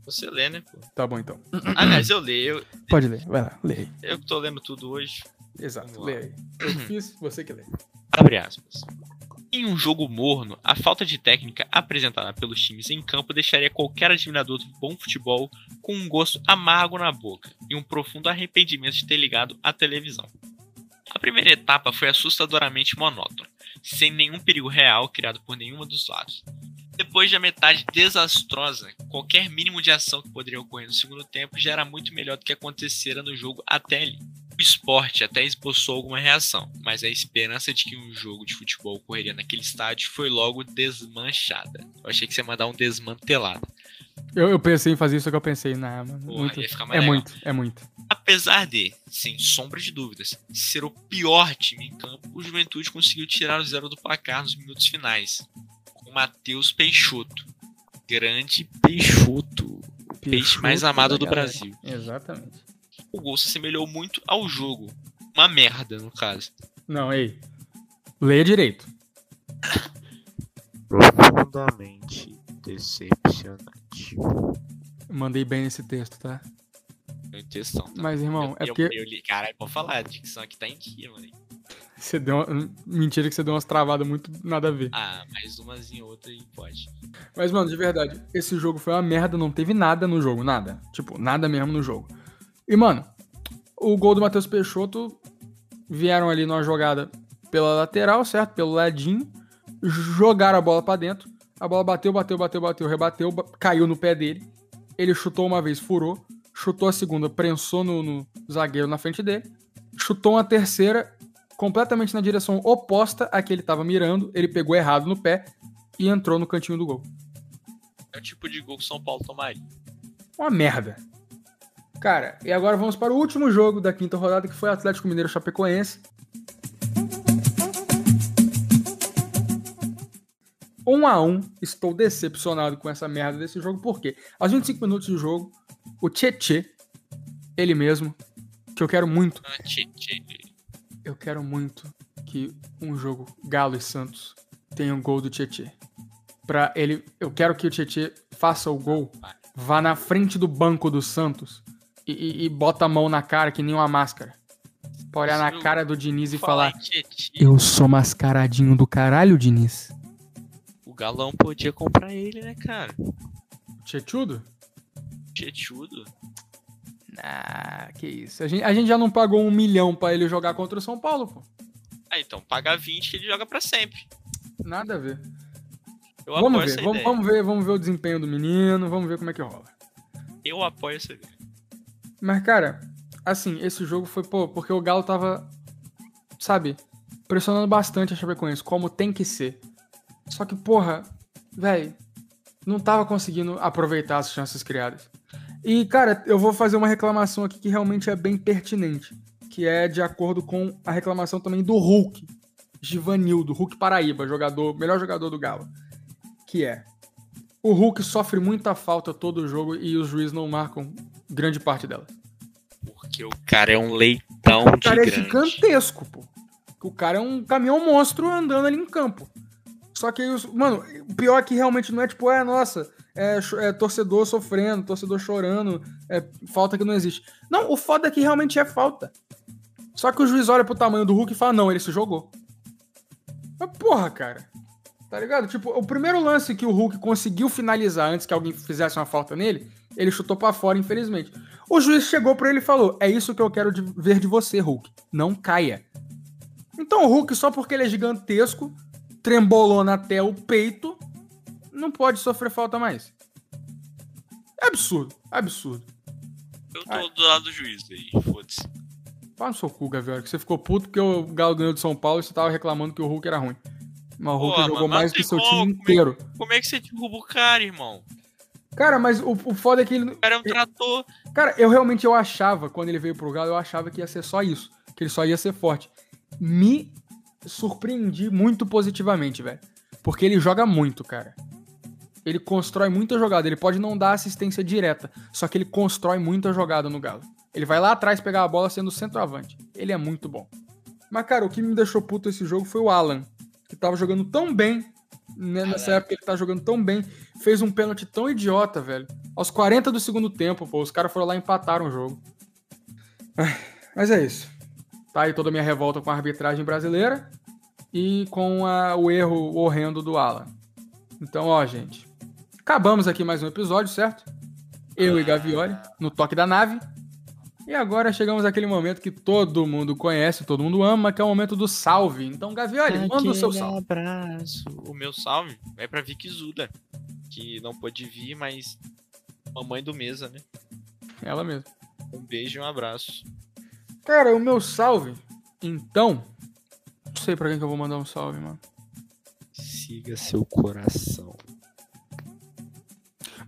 Speaker 2: Você lê, né, pô?
Speaker 1: Tá bom, então.
Speaker 2: Aliás, eu leio. Eu,
Speaker 1: Pode ler, vai lá, lê aí.
Speaker 2: eu que tô lendo tudo hoje.
Speaker 1: Exato,
Speaker 2: Vamos lá.
Speaker 1: lê aí. Eu fiz, você que lê.
Speaker 2: Abre aspas. Em um jogo morno, a falta de técnica apresentada pelos times em campo deixaria qualquer admirador do bom futebol com um gosto amargo na boca e um profundo arrependimento de ter ligado à televisão. A primeira etapa foi assustadoramente monótona, sem nenhum perigo real criado por nenhuma dos lados. Depois da metade desastrosa, qualquer mínimo de ação que poderia ocorrer no segundo tempo já era muito melhor do que acontecera no jogo até ali. O esporte até esboçou alguma reação, mas a esperança de que um jogo de futebol ocorreria naquele estádio foi logo desmanchada. Eu achei que você ia mandar um desmantelado.
Speaker 1: Eu, eu pensei em fazer isso, só que eu pensei, não, mano.
Speaker 2: Porra,
Speaker 1: muito.
Speaker 2: ia ficar
Speaker 1: É
Speaker 2: mais legal.
Speaker 1: muito, é muito.
Speaker 2: Apesar de, sem sombra de dúvidas, ser o pior time em campo, o Juventude conseguiu tirar o zero do placar nos minutos finais. Com Matheus Peixoto. Grande Peixoto. O peixe mais
Speaker 1: Peixoto
Speaker 2: amado
Speaker 1: da
Speaker 2: do
Speaker 1: galera.
Speaker 2: Brasil.
Speaker 1: é, Exatamente.
Speaker 2: O gol se assemelhou muito ao jogo. Uma merda, no caso.
Speaker 1: Não, ei. Leia direito.
Speaker 3: Profundamente decepcionante.
Speaker 1: Mandei bem nesse texto, tá?
Speaker 2: Meu textão, tá?
Speaker 1: Mas, irmão, é
Speaker 2: eu,
Speaker 1: porque
Speaker 2: eu, eu li- Caralho, pode falar, a dicção aqui tá em dia, mano.
Speaker 1: você deu uma... Mentira que você deu umas travadas muito nada a ver.
Speaker 2: Ah, mais umas em outra e pode.
Speaker 1: Mas, mano, de verdade, esse jogo foi uma merda, não teve nada no jogo, nada. Tipo, nada mesmo no jogo. E, mano, o gol do Matheus Peixoto vieram ali numa jogada pela lateral, certo? Pelo ladinho, jogaram a bola pra dentro. A bola bateu, bateu, bateu, bateu, rebateu, ba- caiu no pé dele. Ele chutou uma vez, furou. Chutou a segunda, prensou no, no zagueiro na frente dele. Chutou uma terceira, completamente na direção oposta à que ele tava mirando. Ele pegou errado no pé e entrou no cantinho do gol.
Speaker 2: É o tipo de gol que o São Paulo tomaria.
Speaker 1: Uma merda. Cara, e agora vamos para o último jogo da quinta rodada, que foi Atlético Mineiro Chapecoense. 1 a 1 estou decepcionado com essa merda desse jogo, porque aos 25 minutos do jogo, o Tietê, ele mesmo, que eu quero muito,
Speaker 2: Ah, tchê, tchê.
Speaker 1: eu quero muito que um jogo Galo e Santos tenha um gol do Tietê. Pra ele, eu quero que o Tietê faça o gol, vá na frente do banco do Santos e, e- e bota a mão na cara que nem uma máscara. Pra olhar na
Speaker 2: Eu-
Speaker 1: cara do Diniz e
Speaker 2: Falar
Speaker 1: falar:
Speaker 2: em tchê, tchê.
Speaker 1: Eu sou mascaradinho do caralho, Diniz.
Speaker 2: O Galão podia comprar ele, né, cara?
Speaker 1: Tietudo?
Speaker 2: Tietudo.
Speaker 1: Ah, que isso. A gente, a gente já não pagou um milhão pra ele jogar contra o São Paulo, pô.
Speaker 2: Ah, então, paga 20 que ele joga pra sempre.
Speaker 1: Nada a ver.
Speaker 2: Eu
Speaker 1: Vamos
Speaker 2: apoio
Speaker 1: ver,
Speaker 2: essa
Speaker 1: vamos,
Speaker 2: ideia.
Speaker 1: vamos ver, vamos ver o desempenho do menino, vamos ver como é que rola.
Speaker 2: Eu apoio essa ideia.
Speaker 1: Mas, cara, assim, esse jogo foi, pô, porque o Galo tava, sabe, pressionando bastante a Chapecoense, como tem que ser. Só que, porra, velho, não tava conseguindo aproveitar as chances criadas. E, cara, eu vou fazer uma reclamação aqui que realmente é bem pertinente, que é de acordo com a reclamação também do Hulk, Givanildo, Hulk Paraíba, jogador, melhor jogador do Galo, que é o Hulk sofre muita falta todo jogo e os juízes não marcam grande parte dela.
Speaker 2: Porque o cara é um leitão
Speaker 1: O cara é
Speaker 2: de grande.
Speaker 1: gigantesco, pô. O cara é um caminhão monstro andando ali em campo. Só que, aí os, mano, o pior é que realmente não é tipo, é, nossa, é, cho- é torcedor sofrendo, torcedor chorando, é falta que não existe. Não, o foda é que realmente é falta. Só que o juiz olha pro tamanho do Hulk e fala, não, ele se jogou. Mas porra, cara. Tá ligado? Tipo, o primeiro lance que o Hulk conseguiu finalizar antes que alguém fizesse uma falta nele, ele chutou pra fora, infelizmente. O juiz chegou pra ele e falou: É isso que eu quero de- ver de você, Hulk. Não caia. Então o Hulk, só porque ele é gigantesco, trembolona até o peito, não pode sofrer falta mais. É absurdo, absurdo.
Speaker 2: Eu tô do lado do juiz aí, foda-se.
Speaker 1: Fala no seu cu, Gavião, que você ficou puto porque o Galo ganhou de São Paulo e você tava reclamando que o Hulk era ruim. Mas o Hulk
Speaker 2: Pô,
Speaker 1: jogou
Speaker 2: mano,
Speaker 1: mais
Speaker 2: mas
Speaker 1: que
Speaker 2: tem
Speaker 1: o seu
Speaker 2: como,
Speaker 1: time
Speaker 2: como é-
Speaker 1: inteiro.
Speaker 2: Como é que você derruba o cara, irmão?
Speaker 1: Cara, mas o, o foda é que ele.
Speaker 2: O cara é um trator.
Speaker 1: Cara, eu realmente eu achava, quando ele veio pro Galo, eu achava que ia ser só isso. Que ele só ia ser forte. Me surpreendi muito positivamente, velho. Porque ele joga muito, cara. Ele constrói muita jogada. Ele pode não dar assistência direta, só que ele constrói muita jogada no Galo. Ele vai lá atrás pegar a bola sendo centroavante. Ele é muito bom. Mas, cara, o que me deixou puto esse jogo foi o Alan, que tava jogando tão bem. né, nessa época ele tá jogando tão bem. Fez um pênalti tão idiota, velho. Aos 40 do segundo tempo, pô, os caras foram lá e empataram o jogo. Ai, Mas é isso. Tá aí toda a minha revolta com a arbitragem brasileira e com a- o erro horrendo do Alan. Então, ó, gente. Acabamos aqui mais um episódio, certo? Eu e Gavioli, no toque da nave. E agora chegamos àquele momento que todo mundo conhece, todo mundo ama, que é o momento do salve. Então, Gavioli, manda o seu salve.
Speaker 2: abraço. O meu salve é pra Vicky Zuda, que não pôde vir, mas mamãe do mesa, né?
Speaker 1: Ela mesmo.
Speaker 2: Um beijo e um abraço.
Speaker 1: Cara, o meu salve, então. Não sei pra quem que eu vou mandar um salve, mano.
Speaker 2: Siga seu coração.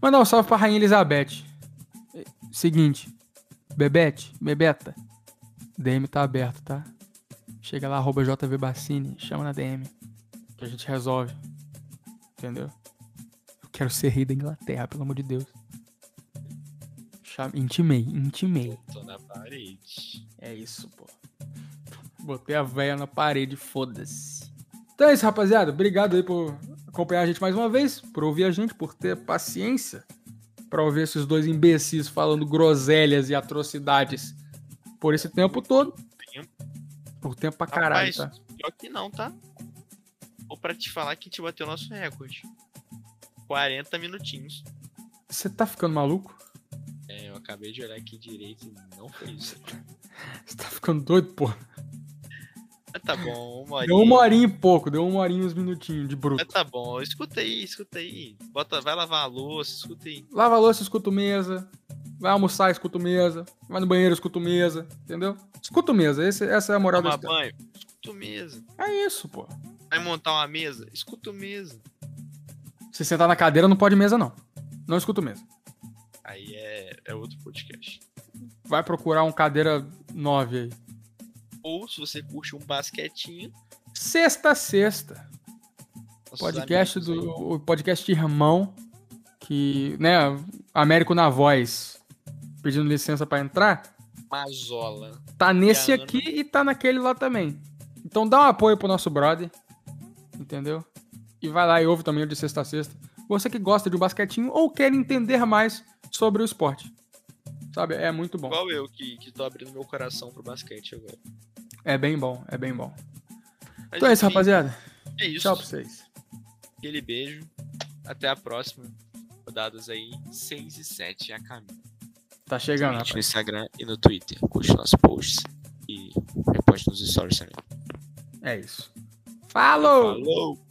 Speaker 1: Mandar um salve pra Rainha Elizabeth. Seguinte, Bebete, Bebeta, DM tá aberto, tá? Chega lá, arroba JVBacine, chama na DM. Que a gente resolve. Entendeu? Eu quero ser rei da Inglaterra, pelo amor de Deus. Chama- Intimei, intimei.
Speaker 2: Tô na parede.
Speaker 1: É isso, pô. Botei a véia na parede, foda-se. Então é isso, rapaziada. Obrigado aí por acompanhar a gente mais uma vez, por ouvir a gente, por ter paciência pra ouvir esses dois imbecis falando groselhas e atrocidades por esse tempo todo.
Speaker 2: Tempo.
Speaker 1: Por tempo pra caralho,
Speaker 2: Rapaz,
Speaker 1: tá?
Speaker 2: Pior que não, tá? Ou pra te falar que a gente bateu nosso recorde. 40 minutinhos.
Speaker 1: Você tá ficando maluco?
Speaker 2: É, eu acabei de olhar aqui direito e não foi isso.
Speaker 1: Você tá ficando doido, pô?
Speaker 2: Mas tá bom, uma
Speaker 1: Deu uma horinha e pouco, deu uma horinha e uns minutinhos de
Speaker 2: Mas
Speaker 1: bruto.
Speaker 2: tá bom, escuta aí, escuta aí. Bota, vai lavar a louça, escuta aí.
Speaker 1: Lava a louça, escuta o mesa. Vai almoçar, escuta o mesa. Vai no banheiro, escuta o mesa. Entendeu? Escuta o mesa. esse- essa é a moral
Speaker 2: Tomar
Speaker 1: desse tempo.
Speaker 2: banho, escuta o mesa.
Speaker 1: É isso, pô.
Speaker 2: Vai montar uma mesa, escuta o mesa.
Speaker 1: Se sentar na cadeira, não pode mesa, não. Não escuta o mesa.
Speaker 2: Aí é, é outro podcast.
Speaker 1: Vai procurar um cadeira 9 aí.
Speaker 2: Ou se você curte um basquetinho,
Speaker 1: Sexta, sexta.
Speaker 2: nossos
Speaker 1: Podcast
Speaker 2: amigos
Speaker 1: do. O podcast Irmão. Que, né, Américo na voz. Pedindo licença pra entrar.
Speaker 2: aí, Mazola.
Speaker 1: Tá nesse
Speaker 2: E a Ana?
Speaker 1: aqui e tá naquele lá também. Então dá um apoio pro nosso brother. Entendeu? E vai lá e ouve também o de sexta a sexta. Você que gosta de um basquetinho ou quer entender mais sobre o esporte. Sabe? É muito bom.
Speaker 2: Igual eu que, que tô abrindo meu coração pro basquete agora.
Speaker 1: É bem bom, é bem bom.
Speaker 2: Mas,
Speaker 1: Então é isso,
Speaker 2: enfim,
Speaker 1: rapaziada.
Speaker 2: É isso.
Speaker 1: Tchau pra vocês.
Speaker 2: Aquele beijo. Até a próxima. Rodadas aí 6 e 7 a caminho.
Speaker 1: Tá chegando,
Speaker 2: no
Speaker 1: rapaz.
Speaker 2: Instagram e no Twitter. Curte nossos posts e reposte nos stories também.
Speaker 1: É isso. Falou!
Speaker 2: Falou!